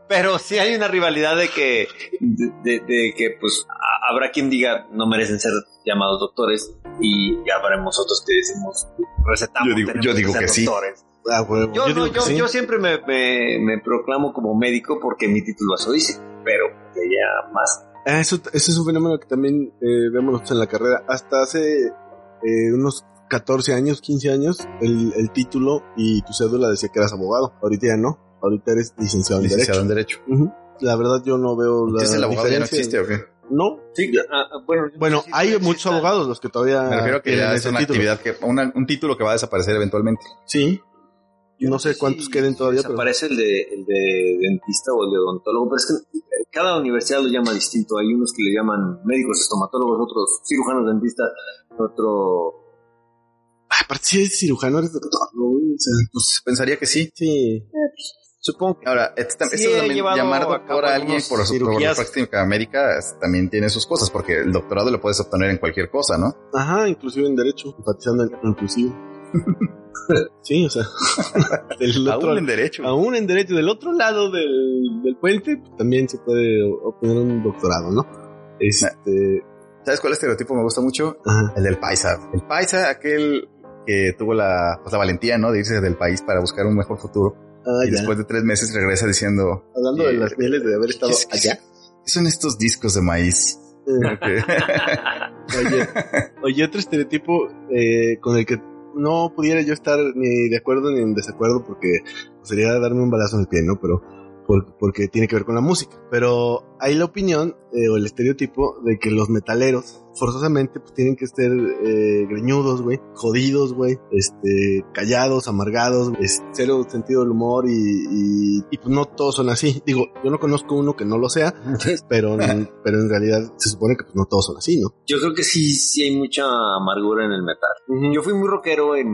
S3: Pero sí hay una rivalidad de que, de, de- de que pues, a- habrá quien diga no merecen ser llamados doctores y habremos otros que decimos recetamos.
S1: Yo digo-
S3: tenemos
S1: yo digo que sí.
S3: doctores.
S2: Ah, huevo.
S3: Yo,
S2: digo
S3: no,
S2: que
S3: yo,
S2: sí.
S3: yo siempre me, me- me proclamo como médico porque mi título eso dice, pero que ya más.
S2: Ah, Eso, eso es un fenómeno que también eh, vemos nosotros en la carrera. Hasta hace eh, unos 14 años, 15 años, el, el título y tu cédula decía que eras abogado. Ahorita ya no. Ahorita eres licenciado en
S1: Licenciado en Derecho.
S2: Derecho. Ujú. La verdad yo no veo la
S1: Entonces el abogado ya no
S2: diferencia.
S1: existe, ¿o qué?
S2: No.
S3: Sí, ah, ah, bueno, yo no
S2: Bueno,
S3: sé si
S2: hay
S3: exista.
S2: muchos abogados los que todavía
S1: Me refiero a que
S2: tienen
S1: ya es
S2: Ah, ese
S1: una
S2: título.
S1: actividad que, una- un título que va a desaparecer eventualmente.
S2: Sí.
S3: Yo
S2: No sé cuántos queden todavía, pero
S3: Desaparece el de, el de dentista o el de odontólogo, pero es que eh, cada universidad lo llama distinto. Hay unos que le llaman médicos estomatólogos, otros cirujanos dentistas, otro...
S2: aparte si eres cirujano eres doctor, ¿no, güey? O sea,
S1: Pues pensaría que sí.
S2: sí.
S3: Supongo que...
S1: Ahora, esto tam-
S3: Sí,
S1: esto
S3: he
S1: también,
S3: llevado
S1: llamar
S3: a
S1: doctor
S3: cabo
S1: a alguien
S3: algunas
S1: por su por
S3: cirugías.
S1: práctica médica es- también tiene sus cosas, porque el doctorado lo puedes obtener en cualquier cosa, ¿no?
S2: Ajá, inclusive en derecho, enfatizando en inclusive. sí, o sea, del otro,
S1: Aún en derecho.
S2: aún en derecho, del otro lado del, del puente, pues, también se puede o- obtener un doctorado, ¿no? Este,
S1: ¿Sabes cuál estereotipo me gusta mucho?
S2: ajá.
S1: El del paisa. El paisa, aquel que tuvo la, pues, la valentía, ¿no? De irse del país para buscar un mejor futuro.
S2: Ah,
S1: y
S2: ya.
S1: después de tres meses regresa diciendo,
S2: Hablando de las mieles de haber estado
S1: ¿qué, es- qué es-
S2: allá.
S1: qué son estos discos de maíz?
S2: Eh,
S1: Ok.
S2: Oye, oye, otro estereotipo eh, con el que no pudiera yo estar ni de acuerdo ni en desacuerdo porque pues, sería darme un balazo en el pie, ¿no? Pero por- porque tiene que ver con la música. Pero hay la opinión eh, o el estereotipo de que los metaleros forzosamente pues, tienen que ser eh, greñudos, güey, jodidos, güey, este, callados, amargados, es cero sentido del humor y, y, y, pues no todos son así. Digo, yo no conozco uno que no lo sea, pero, en- pero en realidad se supone que pues, no todos son así, ¿no?
S3: Yo creo que sí, sí hay mucha amargura en el metal. Yo fui muy rockero en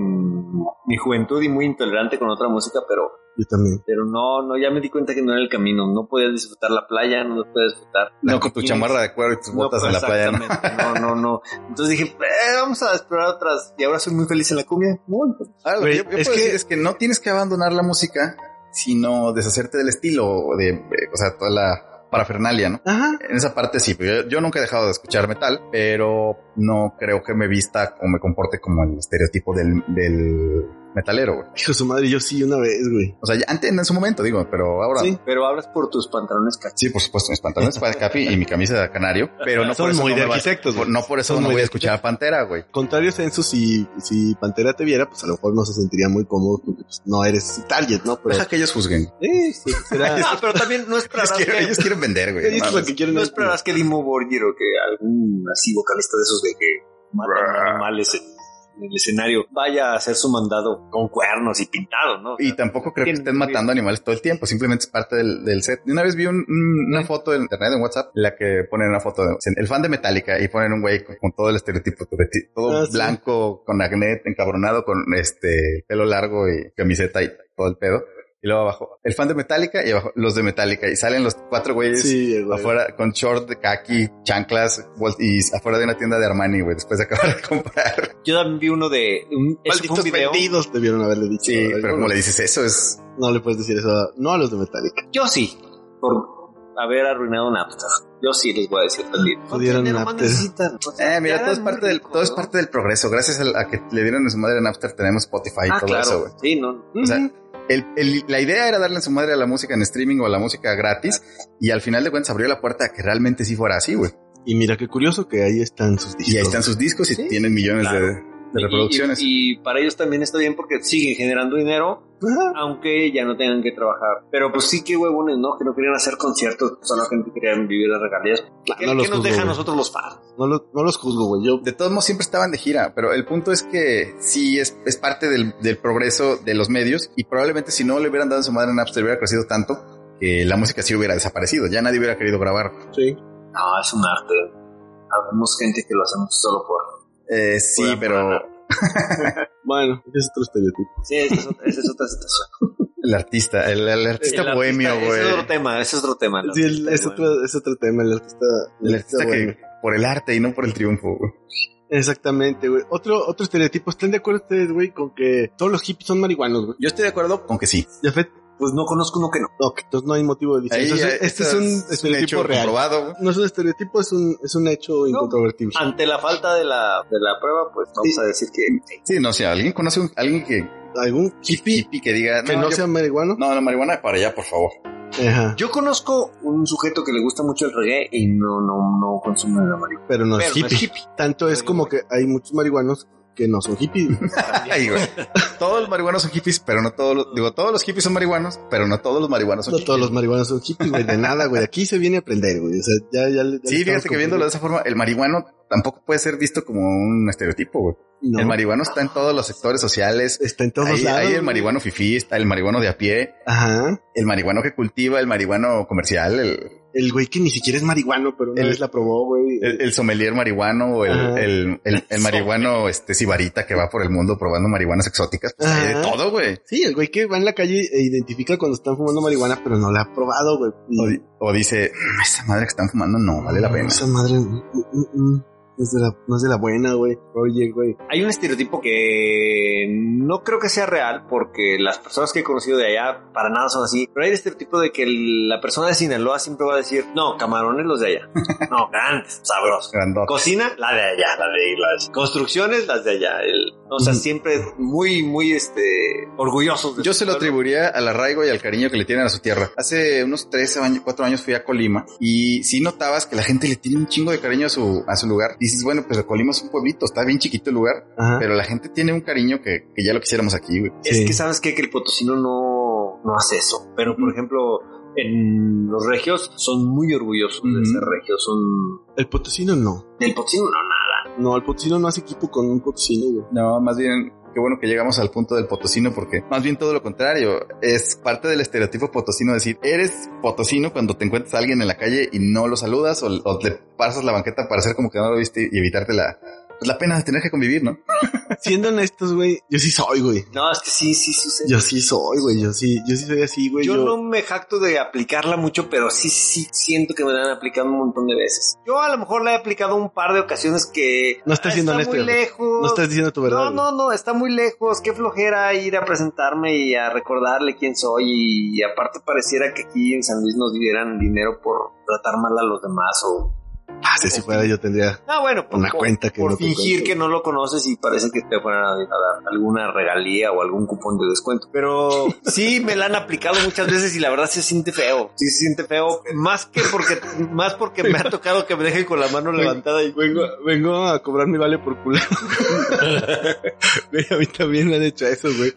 S3: mi juventud y muy intolerante con otra música, pero
S2: Yo también.
S3: pero no, no, ya me di cuenta que no era el camino. No podías disfrutar la playa, no podías disfrutar.
S1: No,
S3: la
S1: con tu
S3: coquina.
S1: chamarra de cuero y tus botas
S3: pues,
S1: en la playa, ¿no?
S3: exactamente, ¿no? no, no, Entonces dije, "Eh, vamos a explorar otras. Y ahora soy muy feliz en la cumbia. Bueno, pues,
S1: Ahora, Ah, lo
S2: Güey,
S1: que yo, yo
S2: es
S1: puedo
S2: que-
S1: decir es que no tienes que abandonar la música, sino deshacerte del estilo, de, eh, o sea, toda la parafernalia, ¿no?
S2: Ajá.
S1: En esa parte sí, pero yo, yo nunca he dejado de escuchar metal, pero no creo que me vista o me comporte como el estereotipo del, del metalero. güey.
S2: Hijo de su madre, yo sí una vez, güey.
S1: O sea, ya antes en su momento, digo, pero ahora... Sí.
S2: Sí.
S3: Pero hablas por tus pantalones cachos.
S1: por supuesto, mis pantalones para capi y mi camisa de canario, pero no por eso no, me va-
S2: arquitectos,
S1: por- no por eso
S2: Son
S1: no
S2: muy
S1: voy a
S2: de
S1: escuchar a Pantera, güey.
S2: Contrario censo, si, si Pantera te viera, pues a lo mejor no se sentiría muy cómodo porque pues, no eres target, ¿no? Pero
S1: Deja que ellos juzguen.
S2: eh, sí, será.
S3: Ah, pero también no
S1: Ellos
S3: esperarás
S1: quieren,
S3: que,
S1: ellos quieren vender, güey.
S2: Ellos
S1: mames.
S2: lo que quieren
S3: no
S2: es-
S3: esperarás que Dimo Borgir o que algún así vocalista de esos de que matan animales en, en el escenario vaya a hacer su mandado con cuernos y pintado, ¿no? O sea,
S1: Y tampoco creo que
S3: Tienen
S1: estén
S3: un riesgo.
S1: matando animales todo el tiempo, simplemente es parte del, del set. Y Una vez vi un- un- una foto en internet, en WhatsApp, en la que ponen una foto de el fan de Metallica y ponen un güey con, con todo el estereotipo, de ti- todo
S2: Ah, sí.
S1: blanco, con acné, encabronado, con este pelo largo y camiseta y todo el pedo. Y luego abajo, el fan de Metallica y abajo los de Metallica. Y salen los cuatro güeyes
S2: Sí, güey.
S1: afuera con short de khaki, chanclas bol- y afuera de una tienda de Armani, güey, después de acabar de comprar.
S3: Yo también vi uno de un, eso fue un
S2: Malditos
S3: video.
S2: vendidos debieron haberle dicho.
S1: Sí,
S2: ¿verdad?
S1: pero como le dices eso es...
S2: No le puedes decir eso a, no a los de Metallica.
S3: Yo sí, por haber arruinado Napster. Yo sí les voy a decir también.
S2: Jodieron
S3: dinero más
S2: Napster.
S3: necesitan. O sea,
S1: Eh, mira,
S3: ya
S1: todo es,
S3: eran
S1: parte
S3: muy
S1: del,
S3: ricos,
S1: todo es
S3: ¿no?
S1: parte del progreso. Gracias a, a que le dieron a su madre en Napster tenemos Spotify y
S3: Ah,
S1: todo
S3: claro.
S1: eso, güey.
S3: Sí, no.
S1: O sea, el- el- la idea era darle a su madre a la música en streaming o a la música gratis y al final de cuentas abrió la puerta a que realmente sí fuera así, güey.
S2: Y mira qué curioso que ahí están sus discos.
S1: Y ahí están sus discos y
S3: Sí,
S1: tienen millones
S3: claro.
S1: de, de reproducciones.
S3: Y, y para ellos también está bien porque siguen generando dinero,
S2: Ajá.
S3: aunque ya no tengan que trabajar. Pero pues sí, qué huevones, ¿no? Que no querían hacer conciertos, pues, solamente querían vivir las regalías. ¿Qué,
S2: no los
S3: qué nos
S2: juzgo,
S3: deja a
S2: güey.
S3: nosotros los fans?
S2: No, lo- no los juzgo, güey. Yo
S1: de todos modos siempre estaban de gira, pero el punto es que sí es, es parte del, del progreso de los medios y probablemente si no le hubieran dado a su madre en Napster hubiera crecido tanto que la música sí hubiera desaparecido. Ya nadie hubiera querido grabar.
S2: sí.
S3: No, es un arte. Habemos gente que lo hacemos solo por...
S1: Eh, sí,
S3: Fuera
S1: pero
S2: Bueno, ese es otro estereotipo.
S3: Sí, esa es, otra- esa es otra situación.
S1: El artista, el, el artista
S3: El
S1: bohemio,
S3: artista- Ese es
S1: güey.
S3: otro tema, ese es otro tema. el
S2: Sí, el-
S3: artista
S2: es
S3: bohemio.
S2: otro, es otro tema, el artista.
S1: El artista que
S2: bohemio.
S1: por el arte y no por el triunfo. güey.
S2: Exactamente, güey. Otro, otro estereotipo. ¿Están de acuerdo ustedes, güey, con que todos los hippies son marihuanos, güey?
S1: Yo estoy de acuerdo con que sí.
S2: Ya fe-
S3: Pues no conozco uno que no.
S2: No, que entonces no hay motivo de
S1: Ahí,
S2: diferencia.
S1: eh,
S2: Entonces, este es
S1: esto
S2: un estereotipo real.
S1: comprobado, güey.
S2: No es un estereotipo, es un, es un hecho incontrovertible.
S3: Ante la falta de la, de la prueba, pues vamos
S2: Sí.
S3: a decir que
S1: Sí, no, si alguien conoce a alguien que
S2: ¿Algún hippie,
S1: hippie que diga
S2: que no
S1: yo-
S2: sea marihuano?
S1: no, la marihuana para allá, por favor.
S2: Ajá.
S3: Yo conozco un sujeto que le gusta mucho el reggae y no, no, no consume la marihuana.
S2: Pero no es
S3: Pero no
S2: hippie.
S3: es hippie.
S2: Tanto es como que hay muchos marihuanos que no son hippies. güey.
S1: Ay, güey. Todos los marihuanos son hippies, pero no todos los, digo, todos los hippies son marihuanos, pero no todos los marihuanos son
S2: No todos los marihuanos son hippies, güey. De nada, güey. Aquí se viene a aprender, güey. O sea, ya, ya. le- ya
S1: Sí,
S2: le estamos
S1: fíjate que viéndolo de esa forma, el marihuano tampoco puede ser visto como un estereotipo, güey.
S2: No,
S1: El marihuano está en todos los sectores sociales.
S2: está en todos
S1: Ahí,
S2: lados.
S1: ahí el
S2: güey.
S1: marihuano fifí, está el marihuano de a pie,
S2: Ajá.
S1: el marihuano que cultiva, el marihuano comercial, el,
S2: El güey que ni siquiera es marihuano, pero una
S1: El-
S2: vez la probó, güey.
S1: el, el sommelier marihuano o el,
S2: Ajá.
S1: el, el- el marihuano este sibarita que va por el mundo probando marihuanas exóticas. Pues hay de
S2: Ajá.
S1: todo, güey.
S2: Sí, el güey que va en la calle e identifica cuando están fumando marihuana, pero no la ha probado, güey. Y-
S1: O, di- o dice, "Mm, esa madre que están fumando no vale la pena.
S2: Esa madre. mm, mm, mm, es de la, no es de la buena, güey. Oye, güey.
S3: Hay un estereotipo que no creo que sea real porque las personas que he conocido de allá para nada son así. Pero hay el estereotipo de que el- la persona de Sinaloa siempre va a decir, no, camarones los de allá. No, grandes, sabrosos.
S1: Grandote.
S3: Cocina, la de allá, la de las construcciones, las de allá. El- o sea,
S2: Ujú.
S3: siempre muy, muy este, orgullosos. de
S1: Yo
S3: su
S1: se lo
S3: pueblo.
S1: atribuiría al arraigo y al cariño que le tienen a su tierra. Hace unos 3 años, 4 años fui a Colima y sí notabas que la gente le tiene un chingo de cariño a su, a su lugar. Dices, bueno, pero Colima es un pueblito, está bien chiquito el lugar,
S2: Ajá.
S1: pero la gente tiene un cariño que, que ya lo quisiéramos aquí, güey.
S3: Es
S2: Sí.
S3: que sabes qué? que el potosino no, no hace eso. Pero por
S1: Ujú.
S3: ejemplo, en los regios son muy orgullosos de
S1: Ujú.
S3: ser regios. Son
S2: El potosino no.
S3: del potosino, no, nada.
S2: No, el potosino no hace equipo con un potosino, güey.
S1: No, más bien, qué bueno que llegamos al punto del potosino porque más bien todo lo contrario, es parte del estereotipo potosino decir, eres potosino cuando te encuentras a alguien en la calle y no lo saludas o, o le pasas la banqueta para hacer como que no lo viste y evitarte la, pues, la pena de tener que convivir, ¿no?
S2: Siendo honestos, güey, yo sí soy, güey.
S3: No, es que sí, sí sucede.
S2: Yo sí soy, güey. Yo sí, yo sí soy así, güey.
S3: Yo no me jacto de aplicarla mucho, pero sí, sí siento que me la han aplicado un montón de veces. Yo a lo mejor la he aplicado un par de ocasiones que
S2: No estás
S3: "Ah,
S2: siendo
S3: está
S2: honesto,
S3: muy
S2: güey.
S3: lejos.
S2: No estás diciendo tu verdad.
S3: no, no, no, está muy lejos. Qué flojera ir a presentarme y a recordarle quién soy. Y aparte pareciera que aquí en San Luis nos dieran dinero por tratar mal a los demás o
S2: Ah, si así fuera yo tendría
S3: Ah, bueno, por,
S2: una
S3: por-
S2: cuenta que
S3: por
S2: no te
S3: fingir
S2: cuento.
S3: que no lo conoces y parece que te fueran a dar alguna regalía o algún cupón de descuento. Pero sí me la han aplicado muchas veces y la verdad se siente feo. Sí se siente feo, más que porque más porque me ha tocado que me dejen con la mano levantada y
S2: Vengo, vengo a cobrar mi vale por culero. Güey, a mí también me han hecho eso, güey.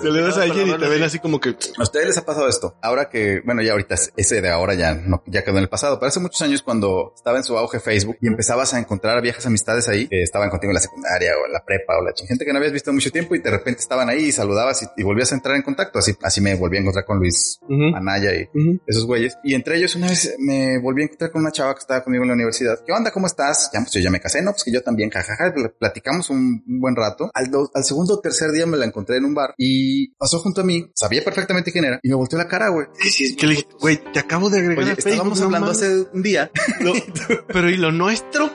S2: Te le das a alguien y te ven así como que...
S1: ¿A ustedes les ha pasado esto? Ahora que, bueno, ya ahorita es- ese de ahora ya no, ya quedó en el pasado, pero hace muchos años cuando estaba en su auge Facebook y empezabas a encontrar viejas amistades ahí, que estaban contigo en la secundaria o en la prepa o la ch- gente que no habías visto en mucho tiempo y de repente estaban ahí y saludabas y, y volvías a entrar en contacto. Así, así me volví a encontrar con Luis
S2: "Ujú,
S1: Anaya y
S2: ujú".
S1: esos güeyes. Y entre ellos una vez me volví a encontrar con una chava que estaba conmigo en la universidad. ¿Qué onda? ¿Cómo estás? Ya, pues yo ya me casé. No, pues que yo también, jajaja. Pl- Platicamos un, un buen rato. Al, do- al segundo o tercer día me la encontré en un bar y pasó junto a mí. Sabía perfectamente quién era y me volteó la cara, güey.
S2: Que le dije, güey, te acabo de agregar
S1: Oye,
S2: a Facebook,
S1: estábamos
S2: no
S1: hablando
S2: mames".
S1: hace un día
S2: Lo- pero ¿y lo nuestro?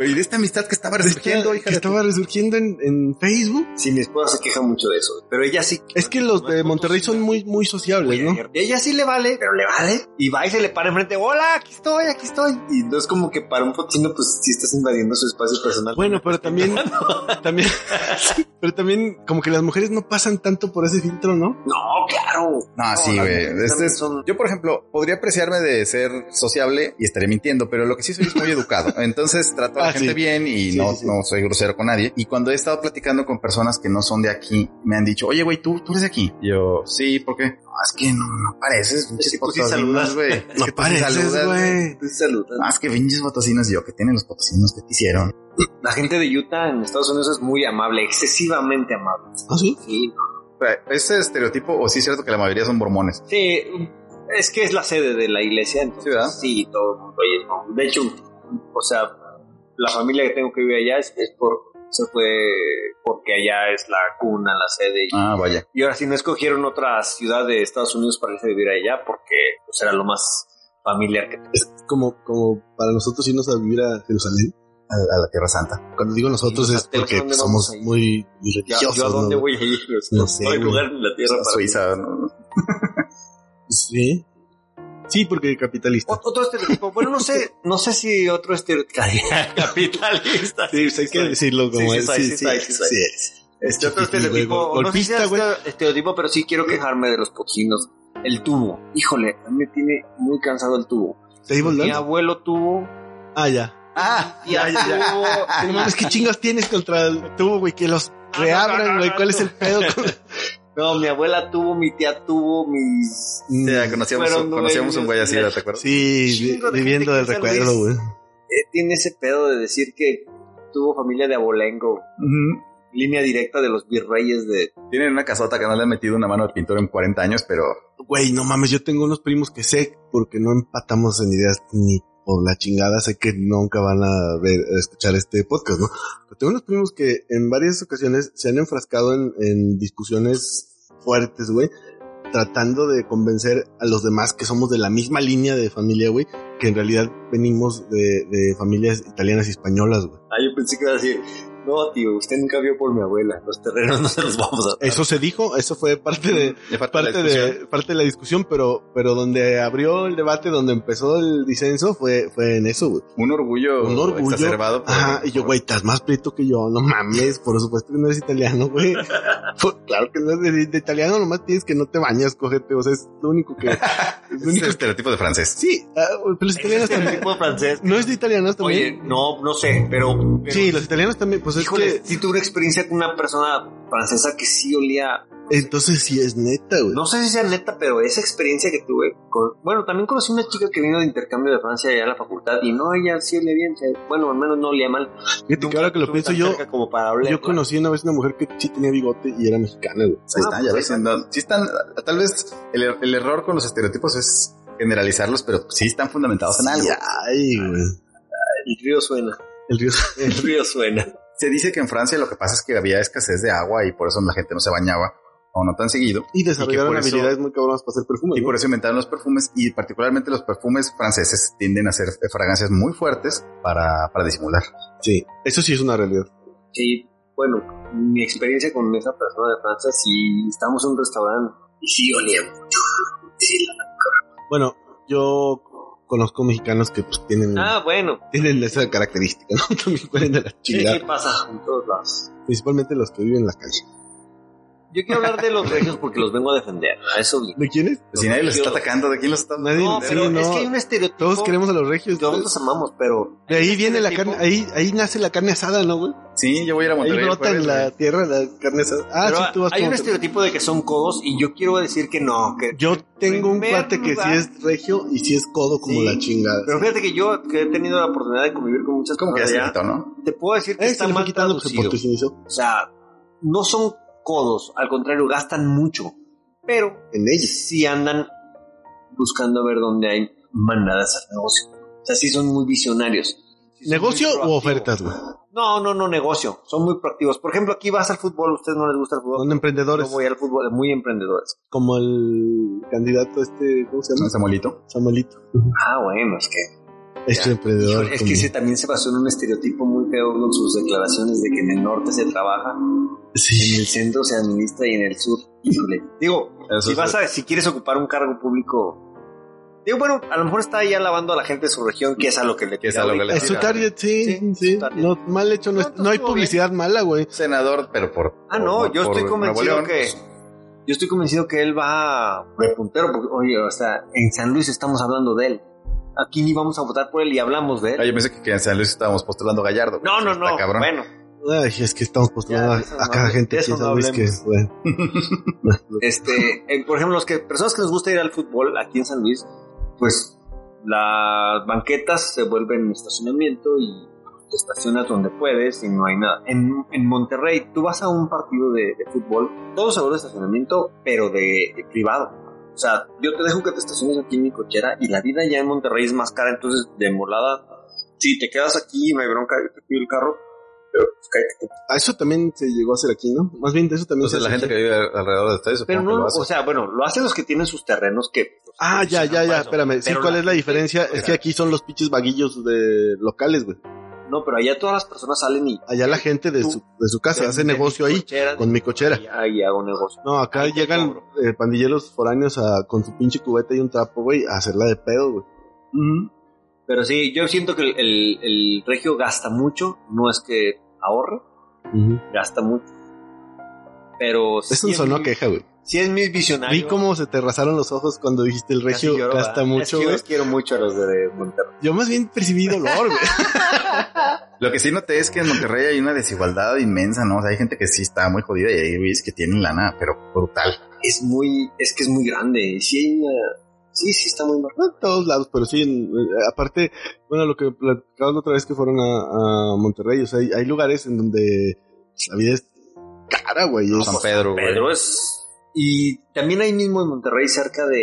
S1: y de esta amistad que estaba resurgiendo,
S2: Que
S1: hija de tu-
S2: estaba resurgiendo en, en Facebook.
S3: Sí, mi esposa se queja mucho de eso, pero ella sí.
S2: Es que los de Monterrey son muy, muy sociables, ¿no?
S3: Y ella sí le vale, pero le vale. Y va y se le para enfrente, hola, aquí estoy, aquí estoy. Y no es como que para un potino, pues si estás invadiendo su espacio personal.
S2: Bueno, pero también, también, pero también como que las mujeres no pasan tanto por ese filtro, ¿no?
S3: No, claro.
S1: No, sí,
S3: las
S1: güey.
S3: mujeres
S1: Este
S3: también
S1: es-
S3: son-
S1: Yo, por ejemplo, podría apreciarme de ser sociable y estaré mintiendo, pero lo que sí soy es muy educado. Entonces trato a la
S2: Ah,
S1: gente
S2: sí.
S1: bien y
S2: Sí,
S1: no,
S2: sí, sí.
S1: no soy grosero con nadie. Y cuando he estado platicando con personas que no son de aquí, me han dicho, oye, güey, ¿tú, tú eres de aquí. Y yo, sí, ¿por qué? No, es que no, no pareces. pinches
S3: que tú sí
S1: potosinos,
S3: saludas.
S1: güey. Es
S2: No
S1: que tú sí
S2: pareces,
S1: saludas,
S2: güey.
S3: Te saludan.
S1: Más que pinches potosinos, yo, que tienen los potosinos que te hicieron.
S3: La gente de Utah en Estados Unidos es muy amable, excesivamente amable.
S2: ¿Ah, sí?
S3: Sí,
S1: Ese estereotipo, o sí es cierto que la mayoría son mormones.
S3: sí es que es la sede de la iglesia, entonces
S1: Sí, ¿verdad?
S3: sí, todo el mundo ahí es como- De hecho, o sea, la familia que tengo que vivir allá es, es por se fue porque allá es la cuna, la sede. Y,
S1: Ah, vaya.
S3: y ahora sí no escogieron otra ciudad de Estados Unidos para irse a vivir allá porque pues, era lo más familiar que
S2: Es como, como para nosotros irnos a vivir a Jerusalén,
S1: a, a la Tierra Santa.
S2: cuando digo nosotros
S3: Sí,
S2: es
S3: ¿a
S2: porque
S3: dónde
S2: pues,
S3: vamos
S2: somos
S3: a ir?
S2: muy
S3: Ya,
S2: religiosos.
S3: ¿Yo a dónde
S2: ¿no?
S3: voy a ir?
S2: No sé,
S3: no hay
S2: güey.
S3: lugar en la tierra
S1: A
S3: para
S1: Suiza. ¿no?
S2: Sí. Sí, porque capitalista.
S3: O- Otro estereotipo. Bueno, no sé, no sé si otro estereotipo capitalista.
S2: Sí, pues hay que decirlo como
S3: sí,
S2: es.
S3: sí, sí,
S2: sí,
S3: sí,
S2: sí,
S3: sí.
S2: sí es.
S3: Este otro
S2: Chiquitibue,
S3: estereotipo.
S2: gol-
S3: no sé si sea
S2: golpista, güey.
S3: este- estereotipo, pero sí quiero quejarme de los poquinos. El tubo. Híjole, a mí me tiene muy cansado el tubo.
S2: ¿Te dimos
S3: Mi
S2: la?
S3: abuelo tuvo.
S2: Ah, ya.
S3: Ah, ya, tuvo.
S2: No mames, ¿qué chingas tienes contra el tubo, güey? Que
S3: Ah,
S2: los reabran, güey. ¿Cuál es el pedo? con-
S3: No, mi abuela tuvo, mi tía tuvo, mis.
S1: Sí, ya conocíamos,
S3: Mm, Fueron
S1: conocíamos un güey así,
S3: dueños.
S1: ¿te acuerdas?
S2: Sí,
S3: Chingo de
S2: viviendo
S3: gente
S2: del
S3: que en San
S2: recuerdo, güey.
S3: Luis. eh, tiene ese pedo de decir que tuvo familia de abolengo.
S1: Ujú.
S3: Línea directa de los virreyes de.
S1: Tienen una casota que no le han metido una mano de pintor en 40 años, pero
S2: Güey, no mames, yo tengo unos primos que sé, porque no empatamos en ideas ni por la chingada, sé que nunca van a ver, a escuchar este podcast, ¿no? Pero tengo unos primos que en varias ocasiones se han enfrascado en, en discusiones fuertes, güey, tratando de convencer a los demás que somos de la misma línea de familia, güey, que en realidad venimos de, de familias italianas y españolas, güey.
S3: Ah, yo pensé que iba a decir. No, tío, usted nunca vio por mi abuela. Los terrenos no se los vamos a dar.
S2: Eso se dijo, eso fue parte de,
S1: le falta la
S2: parte
S1: discusión.
S2: de parte de la discusión, pero pero donde abrió el debate, donde empezó el disenso fue fue en eso, güey.
S1: un orgullo,
S2: Un orgullo.
S1: exacerbado. por-
S2: Ajá, y yo, güey, estás más prieto que yo, no mames, por supuesto que no eres italiano, güey. Pues, claro que no eres de, de italiano, nomás tienes que no te bañas, cógete, o sea, es lo único que... es lo
S1: Es el
S2: único-
S1: estereotipo de francés.
S2: Sí, ah, pero los italianos también...
S3: tipo francés.
S2: No es de italianos
S3: Oye,
S2: también.
S3: no, no sé, pero. pero-
S2: sí, los italianos también, pues es
S3: Híjole,
S2: que...
S3: sí tuve una experiencia con una persona francesa que sí olía.
S2: Entonces sí es neta, güey.
S3: No sé si sea neta, pero esa experiencia que tuve con. Bueno, también conocí una chica que vino de intercambio de Francia allá a la facultad y no, ella sí olía bien. se- Bueno, al menos no olía mal.
S2: Fíjate que ahora que lo
S3: Estuve
S2: pienso
S3: tan
S2: yo,
S3: cerca como para olerla.
S2: yo conocí una vez una mujer que sí tenía bigote y era mexicana, güey.
S1: Ahí está,
S3: Ah,
S1: ya
S3: pues,
S1: ves, no, sí están, tal vez el, er- el error con los estereotipos es generalizarlos, pero sí están fundamentados en algo.
S2: Ay, güey.
S3: El río suena.
S2: El río
S3: El río suena.
S1: Se dice que en Francia lo que pasa es que había escasez de agua y por eso la gente no se bañaba o no tan seguido.
S2: Y desarrollaron
S1: por eso-
S2: habilidades muy cabronas para hacer perfume.
S1: Y por eso inventaron los perfumes y particularmente los perfumes franceses tienden a ser fragancias muy fuertes para, para disimular.
S2: Sí, eso sí es una realidad.
S3: Sí, bueno, mi experiencia con esa persona de Francia, sí, estábamos en un restaurante y sí olía mucho. Sí.
S2: Bueno, yo conozco mexicanos que pues tienen,
S3: Ah, bueno.
S2: tienen esa característica, ¿no? También cuáles de la
S3: Sí,
S2: chingada.
S3: sí, pasa en todos lados.
S2: Principalmente los que viven en la calle.
S3: Yo quiero hablar de los regios porque los vengo a defender. A eso vine.
S2: ¿De quiénes?
S1: Si nadie los está atacando, ¿de quién los está
S2: Nadie,
S3: No,
S2: sí,
S3: pero
S2: no.
S3: es que hay un estereotipo.
S2: Todos queremos a los regios.
S3: Todos los amamos, Este pero.
S2: De ahí viene la
S3: estereotipo.
S2: carne, ahí, ahí nace la carne asada, ¿no, güey?
S1: Sí, yo voy a ir a
S2: Ahí
S1: Monterrey. el
S2: brota en
S1: jueves,
S2: la
S1: güey.
S2: tierra la carne asada. Ah,
S3: pues, pero
S2: sí, tú vas
S3: hay
S2: como-
S3: un estereotipo de que son codos y yo quiero decir que no. Que,
S2: Yo tengo un
S3: Primer
S2: cuate que sí
S3: lugar.
S2: es regio y sí es codo como
S3: Sí,
S2: la chingada.
S3: pero fíjate que yo que he tenido la oportunidad de convivir con muchas
S1: Como que ya
S3: personas
S1: se
S3: allá,
S1: quitó, ¿no?
S3: te puedo decir que
S2: Eh, se
S3: está
S2: le fue
S3: mal
S2: quitando pues,
S3: traducido.
S2: por tu inicio
S3: O sea, no son codos, al contrario, gastan mucho. Pero
S2: en ellos.
S3: sí andan buscando ver dónde hay manadas al negocio. O sea, sí son muy visionarios. Sí son
S2: ¿Negocio
S3: muy
S2: o
S3: proactivos.
S2: ofertas, güey?
S3: No, no, no, negocio. Son muy proactivos. Por ejemplo, aquí vas al fútbol, a ustedes no les gusta el fútbol.
S2: Son emprendedores.
S3: Yo voy al fútbol, muy emprendedores.
S2: como el candidato este, ¿cómo se llama?
S1: Samuelito.
S2: Samuelito.
S3: Ah, bueno, es que.
S2: Es un emprendedor.
S3: Es
S2: como-
S3: que ese también se basó en un estereotipo muy feo con sus declaraciones de que en el norte se trabaja, en
S2: Sí.
S3: el centro se administra y en el sur. Híjole. Digo,
S1: Eso
S3: Si
S1: es-
S3: vas a, si quieres ocupar un cargo público, digo, bueno, a lo mejor está ahí alabando a la gente de su región, que es a lo que le
S1: Que es
S3: tira
S1: a lo que
S3: ahorita.
S1: le
S2: Es su target, sí,
S3: Sí,
S2: sí.
S3: su target.
S2: No, mal hecho, no, es-
S3: No,
S2: no hay
S3: estuvo
S2: publicidad mala, güey.
S1: senador, pero por.
S3: Ah, no,
S1: por-
S3: yo
S1: por
S3: estoy
S1: Nuevo
S3: convencido
S1: León,
S3: que. Yo estoy convencido que él va de puntero, porque, oye, o sea, en San Luis estamos hablando de él. Aquí ni vamos a votar por él y hablamos de
S1: Ah,
S3: él.
S1: yo pensé que, que en San Luis estábamos postulando a Gallardo.
S3: No, no,
S1: Está
S3: no.
S1: cabrón.
S3: Bueno,
S2: Ay, es que estamos postulando
S3: Ya,
S2: a,
S3: de eso
S2: a
S3: no-
S2: cada gente
S3: de
S2: que
S3: eso no
S2: es que,
S3: hablemos.
S2: güey.
S3: este, eh, por ejemplo, las que, personas que nos gusta ir al fútbol aquí en San Luis, pues las banquetas se vuelven estacionamiento y te estacionas donde puedes y no hay nada. En, en Monterrey, tú vas a un partido de, de fútbol, todo se vuelve estacionamiento, pero de, de privado. O sea, yo te dejo que te estaciones aquí en mi cochera y la vida ya en Monterrey es más cara, entonces de molada, si te quedas aquí, no hay bronca, yo te pido el carro,
S5: pero pues, cállate tú.
S2: A eso también se llegó a hacer aquí, ¿no? Más bien, de eso también
S1: Entonces
S2: se
S1: la
S2: hace
S1: gente que
S2: aquí.
S1: vive alrededor de ustedes
S3: pues Pero
S1: supongo que
S3: no,
S1: lo hace.
S3: o sea, bueno, lo hacen los que tienen sus terrenos que...
S2: Ah, ya, ya,
S3: Para
S2: ya,
S3: eso.
S2: espérame. Sí,
S3: Pero
S2: ¿cuál es la diferencia? Es que aquí son los pinches vaguillos de locales, güey.
S3: No, pero allá todas las personas salen y...
S2: Allá la gente de
S3: Tú-
S2: su, de su casa
S3: de-
S2: Ah, hace
S3: de
S2: negocio
S3: mi
S2: ahí,
S3: cochera,
S2: con mi cochera.
S3: y Ahí hago negocio.
S2: No, acá
S3: Ahí te
S2: llegan
S3: cobro.
S2: eh, pandilleros foráneos a, con su pinche cubeta y un trapo, güey, a hacerla de pedo, güey.
S3: Pero sí, yo siento que el, el- el regio gasta mucho, no es que ahorre, gasta mucho. Pero
S2: Eso
S3: es
S2: sonó
S3: muy-
S2: a queja, güey.
S3: Sí es muy visionario.
S2: Vi cómo se te rasaron los ojos cuando dijiste el
S3: Casi
S2: regio
S3: lloro,
S2: gasta
S3: ¿verdad? Es que
S2: mucho, ¿eh?
S3: yo
S2: güey.
S3: los quiero mucho a los de Monterrey.
S2: Yo más bien percibí dolor, güey.
S1: Lo que sí noté es que en Monterrey hay una desigualdad inmensa, ¿no? O sea, hay gente que sí está muy jodida y hay güeyes que tienen lana, pero brutal.
S3: Es muy, es que es muy grande. y Sí hay una, sí, sí está muy marcado.
S2: No en todos lados, pero sí, en- eh, aparte, bueno, lo que platicaban la otra vez que fueron a, a Monterrey, o sea, hay, hay lugares en donde la vida es cara, güey. es-
S1: San Pedro, güey.
S3: Pedro es, y también ahí mismo en Monterrey cerca de,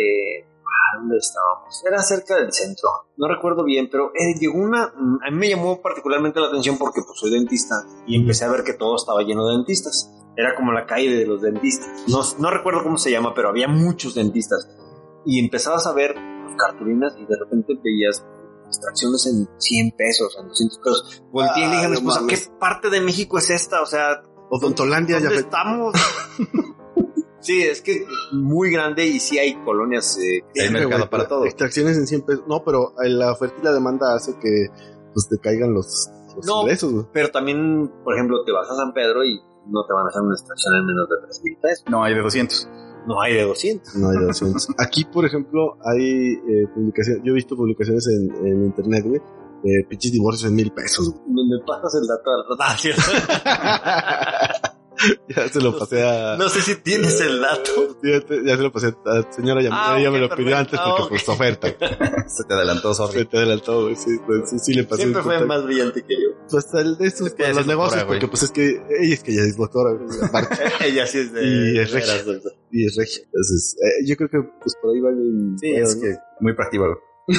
S3: ah, ¿dónde estábamos? Era cerca del centro. No recuerdo bien, pero eh, llegó una, mm, a mí me llamó particularmente la atención porque pues soy dentista y empecé a ver que todo estaba lleno de dentistas. Era como la calle de los dentistas. No, no recuerdo cómo se llama, pero había muchos dentistas. Y empezabas a ver pues, cartulinas y de repente veías extracciones en 100 pesos, en 200 pesos. Volteé y le dije a mi
S2: Ah, no
S3: esposa, ¿qué
S2: mames.
S3: parte de México es esta? O sea,
S2: Odontolandia, ya
S3: ¿Dónde
S2: fue.
S3: estamos? sí, es que muy grande y sí hay colonias. eh,
S1: Hay
S2: Siempre,
S1: mercado
S2: güey,
S1: para
S2: pero
S1: todo.
S2: Extracciones en 100 pesos. No, pero eh, la oferta y la demanda hace que pues, te caigan los, los
S3: No.
S2: ingresos, güey.
S3: pero también, por ejemplo, te vas a San Pedro y no te van a hacer una extracción en menos de 3 mil pesos.
S1: No, hay de 200.
S3: No hay de 200.
S2: No hay opciones. Aquí, por ejemplo, hay eh, publicaciones. Yo he visto publicaciones en, en internet, güey. Eh, pinches divorcios en mil pesos. güey.
S3: Me, me pasas el dato al rato.
S2: Ya se lo pasé a.
S3: No sé si tienes el dato.
S2: Ya, te- ya se lo pasé a la señora. Ya,
S3: Ah,
S2: ella
S3: ok,
S2: me lo pidió
S3: perfecto.
S2: antes
S3: Ah,
S2: porque
S3: ok.
S2: pues oferta. güey.
S1: Se te adelantó, sorry.
S2: Se te adelantó, güey. Sí, pues, sí, sí le pasé.
S3: Siempre
S2: el
S3: fue
S2: contacto.
S3: más brillante que yo.
S2: Pues el de estos,
S1: Es que
S2: para
S1: ella
S2: los
S1: es doctora,
S2: negocios,
S1: güey.
S2: porque pues es que ella es que ya es doctora, güey, aparte,
S3: Ella sí es de.
S2: Y es
S3: de
S2: regia.
S3: veras, doctor.
S2: y es regia. Entonces, eh, yo creo que pues por ahí va el...
S1: Sí, es que muy práctico. güey.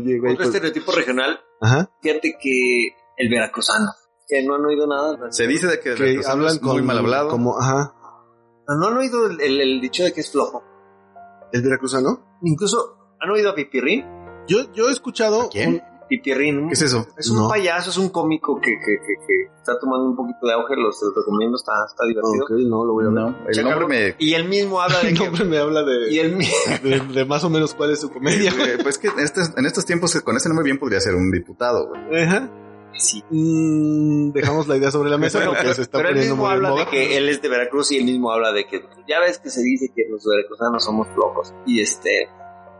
S2: Oye, güey,
S1: este
S3: Otro
S2: pues,
S3: estereotipo regional,
S2: ajá,
S3: fíjate que el veracruzano. Que no han oído nada.
S1: Se dice de que, el
S2: que
S1: veracruzano
S2: hablan
S1: es
S2: con...
S1: muy mal hablado.
S2: Como, ajá,
S3: No han oído el- el- el dicho de que es flojo.
S2: ¿el veracruzano?
S3: Incluso, ¿han oído a Pipirrín?
S2: Yo, yo he escuchado...
S1: quién?
S2: un-
S3: Pipirrín. un-
S1: ¿Qué es eso?
S3: Es un
S2: No.
S3: payaso, es un cómico que, que- que- que está tomando un poquito de auge, los, los recomiendo, está, está divertido.
S2: Ok, no, lo voy a ver.
S1: No, el nombre me...
S3: Y él mismo habla de
S2: El
S3: que...
S2: nombre me habla
S3: y
S2: de,
S3: él mi-
S2: de, de más o menos cuál es su comedia, güey.
S1: Eh, Pues que en estos- en estos tiempos con ese nombre bien podría ser un diputado, güey.
S2: Ajá.
S3: sí.
S2: Mm, dejamos la idea sobre la mesa
S3: Bueno,
S2: porque se está
S3: pero él
S2: poniendo
S3: mismo
S2: muy en
S3: habla de
S2: boga.
S3: que él es de Veracruz y él mismo habla de que ya ves que se dice que los veracruzanos somos locos. Y este,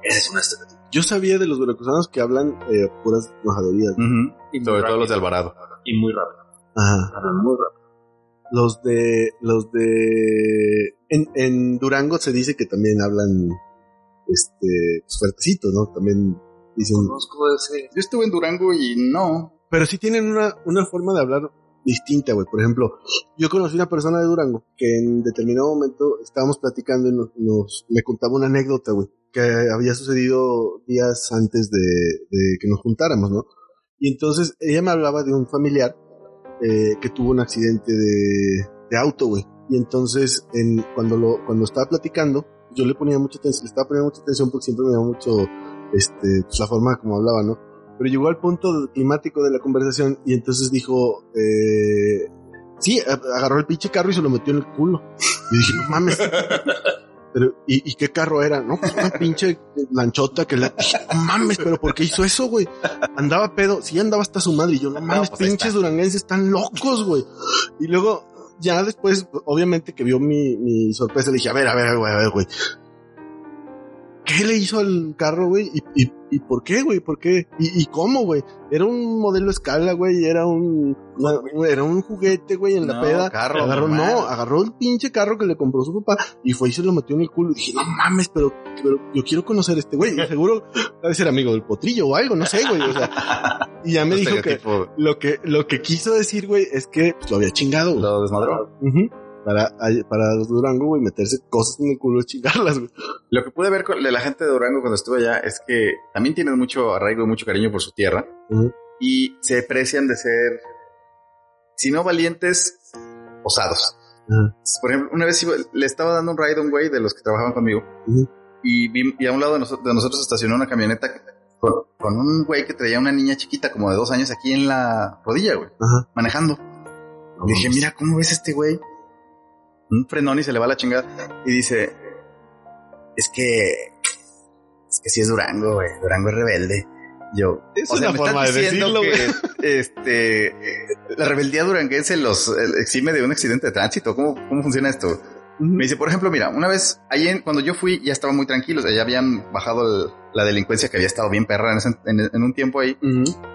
S3: ese es un estereotipo.
S2: Yo sabía de los veracruzanos que hablan eh, puras majaderías.
S3: Mm.
S1: Ujú.
S3: Y
S1: Sobre
S3: muy
S1: todo los de
S3: rápido.
S1: Alvarado.
S3: Y muy rápido.
S2: Ajá.
S3: hablan muy rápido.
S2: Los de. Los de. En, en Durango se dice que también hablan. Este. Pues fuertecito, ¿no? También dicen.
S3: Conozco ese...
S1: Yo estuve en Durango y no.
S2: Pero sí tienen una, una forma de hablar distinta, güey. Por ejemplo, yo conocí una persona de Durango que en determinado momento estábamos platicando y nos, nos- me contaba una anécdota, güey, que había sucedido días antes de, de que nos juntáramos, ¿no? Y entonces ella me hablaba de un familiar eh, que tuvo un accidente de, de auto, güey. Y entonces en, cuando lo cuando estaba platicando, yo le ponía mucha atención, le estaba poniendo mucha atención porque siempre me llamó mucho este, pues, la forma como hablaba, ¿no? pero llegó al punto climático de la conversación y entonces dijo, eh, sí, a- agarró el pinche carro y se lo metió en el culo. Y dije, no mames. Pero, ¿y, y qué carro era? No, pues una pinche lanchota que la... Dije, no mames, pero ¿por qué hizo eso, güey? Andaba pedo, sí andaba hasta su madre. Y yo, no mames,
S1: pues ahí
S2: pinches duranguenses están locos, güey. Y luego, ya después, obviamente que vio mi, mi sorpresa, le dije, a ver, a ver, güey, a ver, güey. ¿Qué le hizo al carro, güey? ¿Y, y, y por qué, güey? ¿Por qué? ¿Y, y cómo, güey? Era un modelo escala, güey. Era un, una- era un juguete, güey, en la
S1: No,
S2: peda.
S1: carro
S2: agarró,
S1: normal.
S2: no, agarró el pinche carro que le compró su papá y fue y se lo metió en el culo. Y dije, no mames, pero, pero yo quiero conocer a este güey. Seguro debe ser amigo del potrillo o algo, no sé, güey. O sea, y ya me
S1: Un
S2: dijo que
S1: estereotipo
S2: lo que, lo que quiso decir, güey, es que pues, lo había chingado, güey.
S1: Lo desmadró.
S2: Ujú. Para, para los Durango, güey, meterse cosas en el culo y chingarlas, güey.
S1: Lo que pude ver con- de la gente de Durango cuando estuve allá es que también tienen mucho arraigo y mucho cariño por su tierra
S2: Ujú.
S1: y se precian de ser si no valientes, osados. Por ejemplo, una vez iba- le estaba dando un ride a un güey de los que trabajaban conmigo
S2: Ujú.
S1: y, vi- y a un lado de, noso- de nosotros estacionó una camioneta con, con un güey que traía una niña chiquita como de dos años aquí en la rodilla, güey,
S2: Ajá.
S1: manejando. Le dije, mira, ¿cómo ves a este güey? Un frenón y se le va la chingada. Y dice, es que, es que sí es Durango, güey. Durango es rebelde. Yo,
S2: Es
S1: o sea,
S2: una
S1: me estás
S2: forma de
S1: diciendo
S2: decirlo, güey.
S1: que, este, la rebeldía duranguense los eh, exime de un accidente de tránsito. ¿Cómo, cómo funciona esto? Me dice, por ejemplo, mira, una vez, ahí en- cuando yo fui, ya estaban muy tranquilos, ya habían bajado el- la delincuencia que había estado bien perra en, ese- en- en un tiempo ahí.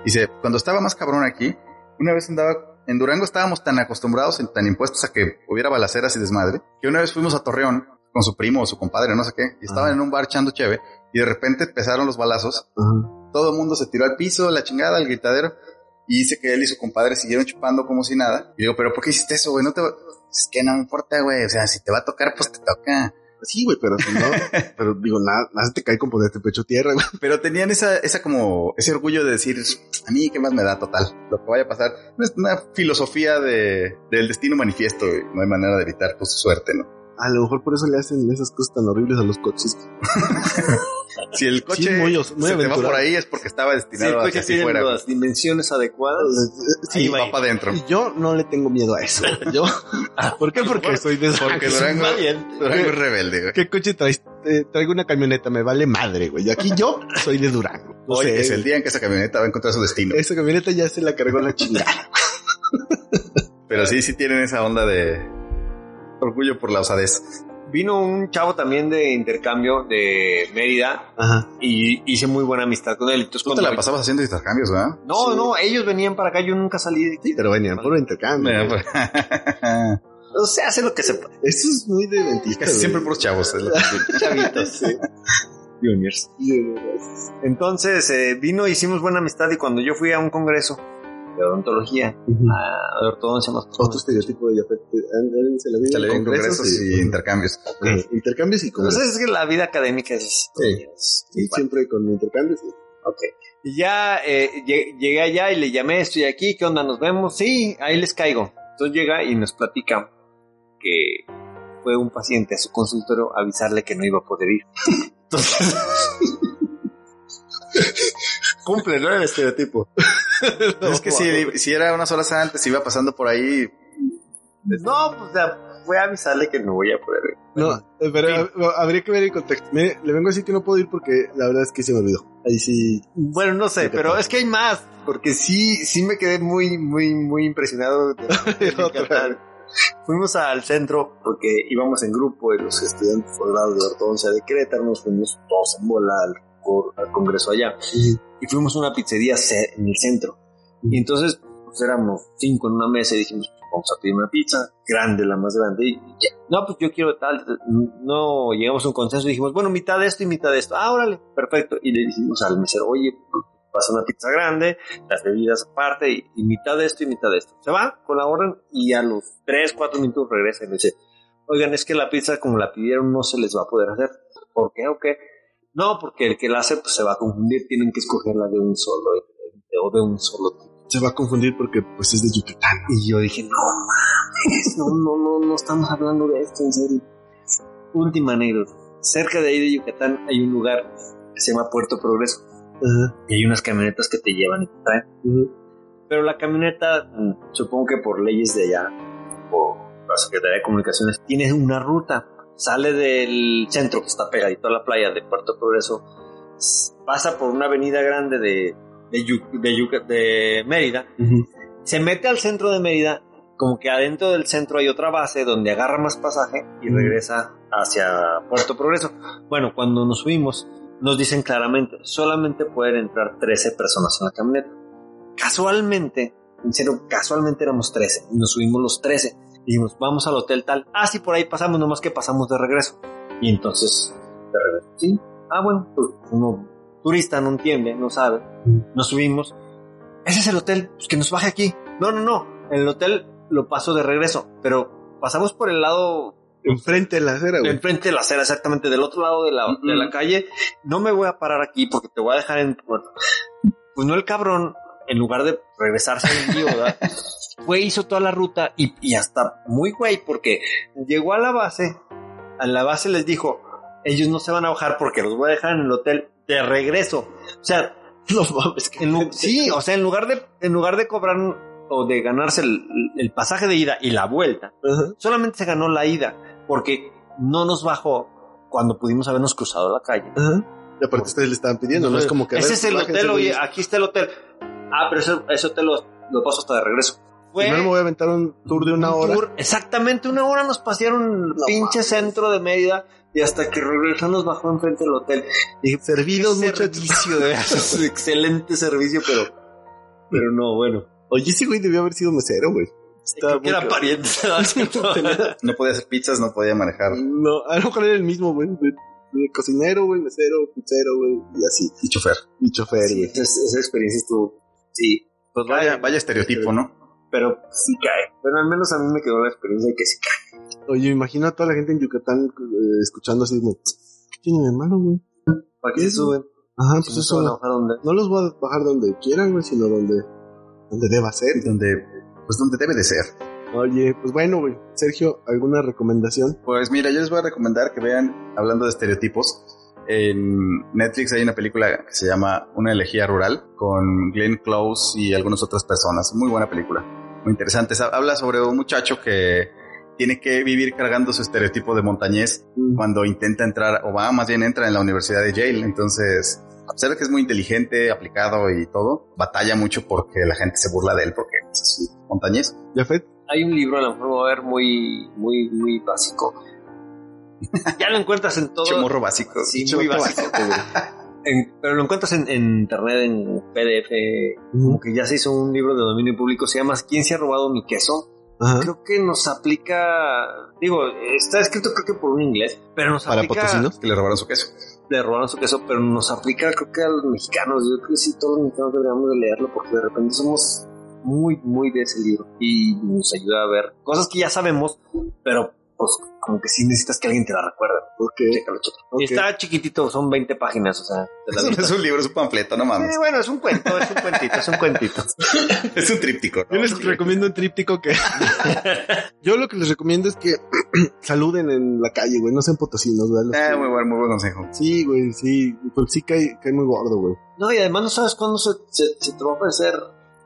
S1: Dice, cuando estaba más cabrón aquí, una vez andaba, en Durango estábamos tan acostumbrados, y tan impuestos a que hubiera balaceras y desmadre, que una vez fuimos a Torreón con su primo o su compadre, no sé qué, y estaban en un bar echando cheve, y de repente empezaron los balazos, todo el mundo se tiró al piso, la chingada, el gritadero, y dice que él y su compadre siguieron chupando como si nada. Y digo, pero ¿por qué hiciste eso, güey? No te va- Es que no me importa, güey, o sea, si te va a tocar, pues te toca.
S2: Sí, güey, pero si no, pero digo, nada, nada se te cae con ponerte pecho tierra, güey.
S1: Pero tenían esa, esa como, ese orgullo de decir, a mí qué más me da total, lo que vaya a pasar. Es una filosofía de, del destino manifiesto, güey. no hay manera de evitar tu suerte, ¿no?
S2: A lo mejor por eso le hacen esas cosas tan horribles a los coches.
S1: Si el coche
S2: muy os-
S1: se
S2: muy
S1: te va
S2: aventurado.
S1: por ahí es porque estaba
S3: Si el
S1: destinado
S2: pues,
S1: a que
S3: coche
S1: así
S3: tiene
S1: fuera. güey.
S3: pues, las dimensiones adecuadas,
S2: Eh, Sí,
S3: ahí va a
S1: Va
S3: ir.
S1: para adentro.
S2: yo no le tengo miedo a eso. Yo, ¿por qué? Porque soy de esa-
S1: Ah, Porque Durango, Durango es rebelde, güey.
S2: ¿Qué coche traes? Eh, traigo una camioneta, me vale madre, güey. Aquí yo soy de Durango. No
S1: Hoy
S2: sé,
S1: es el día en que esa camioneta va a encontrar su destino.
S2: Esa camioneta ya se la cargó la chingada.
S1: Pero sí, sí tienen esa onda de orgullo por la osadez.
S3: Vino un chavo también de intercambio de Mérida
S2: Ajá.
S3: y hice muy buena amistad con él. Entonces,
S1: Tú te la
S3: cuando-
S1: pasabas haciendo intercambios, ¿verdad?
S3: No, no, ellos venían para acá, yo nunca salí.
S2: Sí, pero venían por intercambio.
S1: Mira,
S2: güey.
S1: Eh, pues,
S3: O sea, hace lo que se puede.
S2: Eso es muy de dentista.
S1: Casi
S2: güey.
S1: siempre puros chavos. es lo que-
S3: Chavitos. Juniors. Entonces eh, vino, hicimos buena amistad y cuando yo fui a un congreso de odontología,
S2: Ujú.
S3: a ortodoncia más
S2: Otro estereotipo de Jafet. eh, en- Se la vive
S1: Se le
S2: en
S1: ven
S2: congresos pues,
S1: congresos y intercambios.
S2: Ajá, Intercambios y congresos.
S3: Entonces Pues es que la vida académica es...
S2: Sí. Sí, siempre con intercambios. sí.
S3: Ok. Y ya eh, lle- llegué allá y le llamé, estoy aquí, ¿qué onda? ¿Nos vemos? Sí, ahí les caigo. Entonces llega y nos platica que fue un paciente a su consultorio a avisarle que no iba a poder ir. Entonces... Cumple, ¿no? El estereotipo.
S1: es que si, si era unas horas antes, iba pasando por ahí.
S3: No, pues ya fue a avisarle que no voy a poder ir.
S2: No, eh, pero hab- habría que ver el contexto. Mire, le vengo a decir que no puedo ir porque la verdad es que se me olvidó. Ahí sí.
S3: Bueno, no sé, pero es que hay más, porque sí, sí me quedé muy, muy, muy impresionado. de- de Yucatán. Fuimos al centro porque íbamos en grupo y los estudiantes formados de ortodoncia de Querétaro nos fuimos todos en bola al, cor- al congreso allá y fuimos a una pizzería ce- en el centro. Y entonces pues, éramos cinco en una mesa y dijimos, vamos a pedir una pizza, grande, la más grande. Y ya. no, pues yo quiero tal. No llegamos a un consenso y dijimos, bueno, mitad de esto y mitad de esto. Ah, órale, perfecto. Y le dijimos al mesero, oye, pasa una pizza grande, las bebidas aparte y, y mitad de esto y mitad de esto. Se va, colaboran y a los tres, cuatro minutos regresa y me dice, oigan, es que la pizza como la pidieron no se les va a poder hacer. ¿Por qué o qué? No, porque el que la hace pues, se va a confundir, tienen que escogerla de un solo eh, o de un solo tipo.
S2: Se va a confundir porque pues es de Yucatán.
S3: Y yo dije, no mames, no, no, no, no estamos hablando de esto, en serio. Última anécdota. Cerca de ahí de Yucatán hay un lugar que se llama Puerto Progreso.
S2: "Ah,
S3: Y hay unas camionetas que te llevan y te traen. Pero la camioneta, mm, supongo que por leyes de allá, o la Secretaría de Comunicaciones, tiene una ruta. Sale del centro que está pegadito a la playa de Puerto Progreso, s- pasa por una avenida grande de, de, Yu- de Yuca- de Mérida, se mete al centro de Mérida, como que adentro del centro hay otra base donde agarra más pasaje y regresa hacia Puerto Progreso. Bueno, cuando nos subimos, nos dicen claramente, solamente pueden entrar 13 personas en la camioneta. Casualmente, en serio, casualmente éramos 13, y nos subimos los 13. Dijimos, vamos al hotel tal. Ah, sí, por ahí pasamos, nomás que pasamos de regreso. Y entonces, de regreso, sí. Ah, bueno, pues, uno turista no entiende, no sabe. Nos subimos ese es el hotel, pues que nos baje aquí. No, no, no, el hotel lo paso de regreso, pero pasamos por el lado
S2: Enfrente de la acera, güey.
S3: enfrente de la acera, exactamente del otro lado de la, de la calle. No me voy a parar aquí porque te voy a dejar en puerto. Pues no, el cabrón en lugar de regresarse al envío, ¿verdad? Fue, hizo toda la ruta y, y hasta muy güey, porque llegó a la base, a la base les dijo, ellos no se van a bajar porque los voy a dejar en el hotel de regreso. O sea, en lu- sí, o sea, en lugar de, en lugar de cobrar o de ganarse el, el pasaje de ida y la vuelta, solamente se ganó la ida porque no nos bajó cuando pudimos habernos cruzado la calle.
S2: Y aparte ustedes le estaban pidiendo, no es como que... a
S3: Ese
S2: ver,
S3: es el
S2: bájense,
S3: hotel, oye,
S2: güeyes.
S3: aquí está el hotel. Ah, pero ese, ese hotel lo, lo paso hasta de regreso. Fue
S2: Primero me voy a aventar un tour de una
S3: un
S2: hora.
S3: tour, exactamente una hora nos pasearon el pinche centro de Mérida y hasta que regresó nos bajó enfrente del hotel. Dije,
S2: Servidos,
S3: qué
S2: muchachos.
S3: servicio, de verdad, es un excelente servicio, pero, pero no, bueno.
S2: Oye, ese güey debió haber sido mesero, güey.
S3: Creo que
S2: muy
S3: era
S2: cabrón.
S3: pariente.
S1: No podía hacer pizzas, no podía manejar.
S2: No, a lo mejor era el mismo, güey. de- de cocinero, güey, mesero, pizzero, güey, y así.
S1: Y chofer.
S2: Y chofer,
S3: Sí,
S2: güey.
S3: entonces, esa experiencia estuvo, sí,
S1: Pues vaya, vaya estereotipo, ¿no?
S3: pero sí cae. Pero al menos a mí me quedó la experiencia de que sí cae.
S2: Oye, imagino a toda la gente en Yucatán eh, escuchando así, como, ¿qué tiene de malo, güey?
S3: ¿Para qué se suben?
S2: Ajá,
S3: Si
S2: pues
S3: no se
S2: eso.
S3: van a
S2: No.
S3: bajar donde-
S2: los voy a bajar donde quieran, güey, sino donde, donde deba ser.
S1: Donde, pues donde debe de ser.
S2: Oye, pues bueno, güey. Sergio, ¿alguna recomendación?
S1: Pues mira, yo les voy a recomendar que vean, hablando de estereotipos, en Netflix hay una película que se llama Una elegía rural con Glenn Close y algunas otras personas. Muy buena película, muy interesante. Sa- Habla sobre un muchacho que tiene que vivir cargando su estereotipo de montañés
S3: Mm.
S1: cuando intenta entrar, o va, más bien entra en la Universidad de Yale. Entonces, a pesar de que es muy inteligente, aplicado y todo, batalla mucho porque la gente se burla de él porque es un montañés.
S2: Jafet,
S3: hay un libro, a lo mejor me voy a ver muy, muy, muy básico. ya lo encuentras en todo.
S1: Mucho morro básico.
S3: sí,
S1: Mucho
S3: muy
S1: morro
S3: básico. güey. En- pero lo encuentras en, en internet, en PDF, como que ya se hizo un libro de dominio público, se llama ¿Quién se ha robado mi queso?
S2: Ajá.
S3: Creo que nos aplica, digo, está escrito creo que por un inglés, pero nos
S2: Para
S3: aplica...
S2: Potosino.
S1: Que le robaron su queso.
S3: Le robaron su queso, pero nos aplica creo que a los mexicanos, yo creo que sí, todos los mexicanos deberíamos de leerlo porque de repente somos muy, muy de ese libro y nos ayuda a ver cosas que ya sabemos, pero pues como que sí necesitas que alguien te la recuerde.
S2: Ok.
S3: Chécalo, chécalo.
S2: Ok.
S3: Está chiquitito, son 20 páginas, o sea, te
S1: Eso no
S3: la avientas.
S1: es un libro, es un panfleto, no mames.
S3: Sí, bueno, es un cuento, es un cuentito, es un cuentito.
S1: Es un tríptico. ¿no?
S2: Yo les
S1: Sí.
S2: recomiendo un tríptico que. Yo lo que les recomiendo es que saluden en la calle, güey. No sean potosinos, güey.
S1: Ah, muy buen, muy buen consejo.
S2: Sí, güey, sí. Porque sí cae, cae muy gordo, güey.
S3: No, y además no sabes cuándo se, se- se te va a aparecer.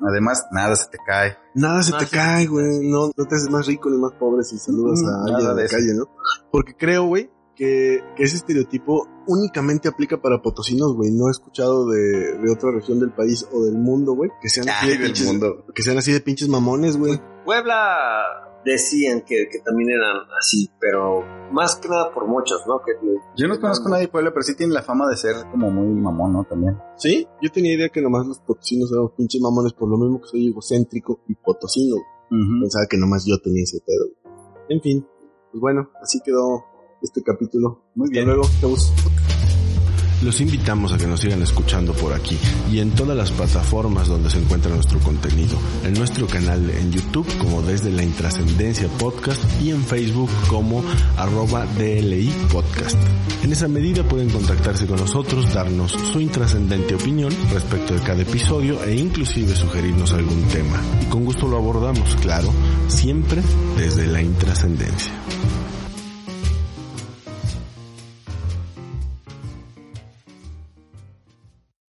S1: Además, nada se te cae.
S2: Nada se
S3: Nada
S2: te
S3: se-
S2: cae, güey. No, no te haces más rico ni más pobre si saludas
S1: Mm,
S2: a
S1: nada
S2: alguien en
S1: de
S2: la
S1: eso.
S2: calle, ¿no? Porque creo, güey, que, que ese estereotipo únicamente aplica para potosinos, güey. No he escuchado de, de otra región del país o del mundo, güey, que sean así
S1: Ay,
S2: de
S1: del
S2: pinches,
S1: mundo.
S2: que sean así de pinches mamones, güey.
S3: Puebla decían que, que también eran así, pero más que nada por muchos, ¿no? Que
S1: Yo no conozco a nadie de Puebla, pero sí tiene la fama de ser como muy mamón, ¿no? También.
S2: Sí, yo tenía idea que nomás los potosinos éramos pinches mamones por lo mismo que soy egocéntrico y potosino. güey. Pensaba que nomás yo tenía ese pedo. güey. En fin, pues bueno, así quedó este capítulo.
S1: Muy
S2: Hasta
S1: bien.
S2: luego, chavos.
S5: Los invitamos a que nos sigan escuchando por aquí y en todas las plataformas donde se encuentra nuestro contenido, en nuestro canal en YouTube como desde la intrascendencia podcast y en Facebook como arroba DLI podcast. En esa medida pueden contactarse con nosotros, darnos su intrascendente opinión respecto de cada episodio e inclusive sugerirnos algún tema. Y con gusto lo abordamos, claro, siempre desde la intrascendencia.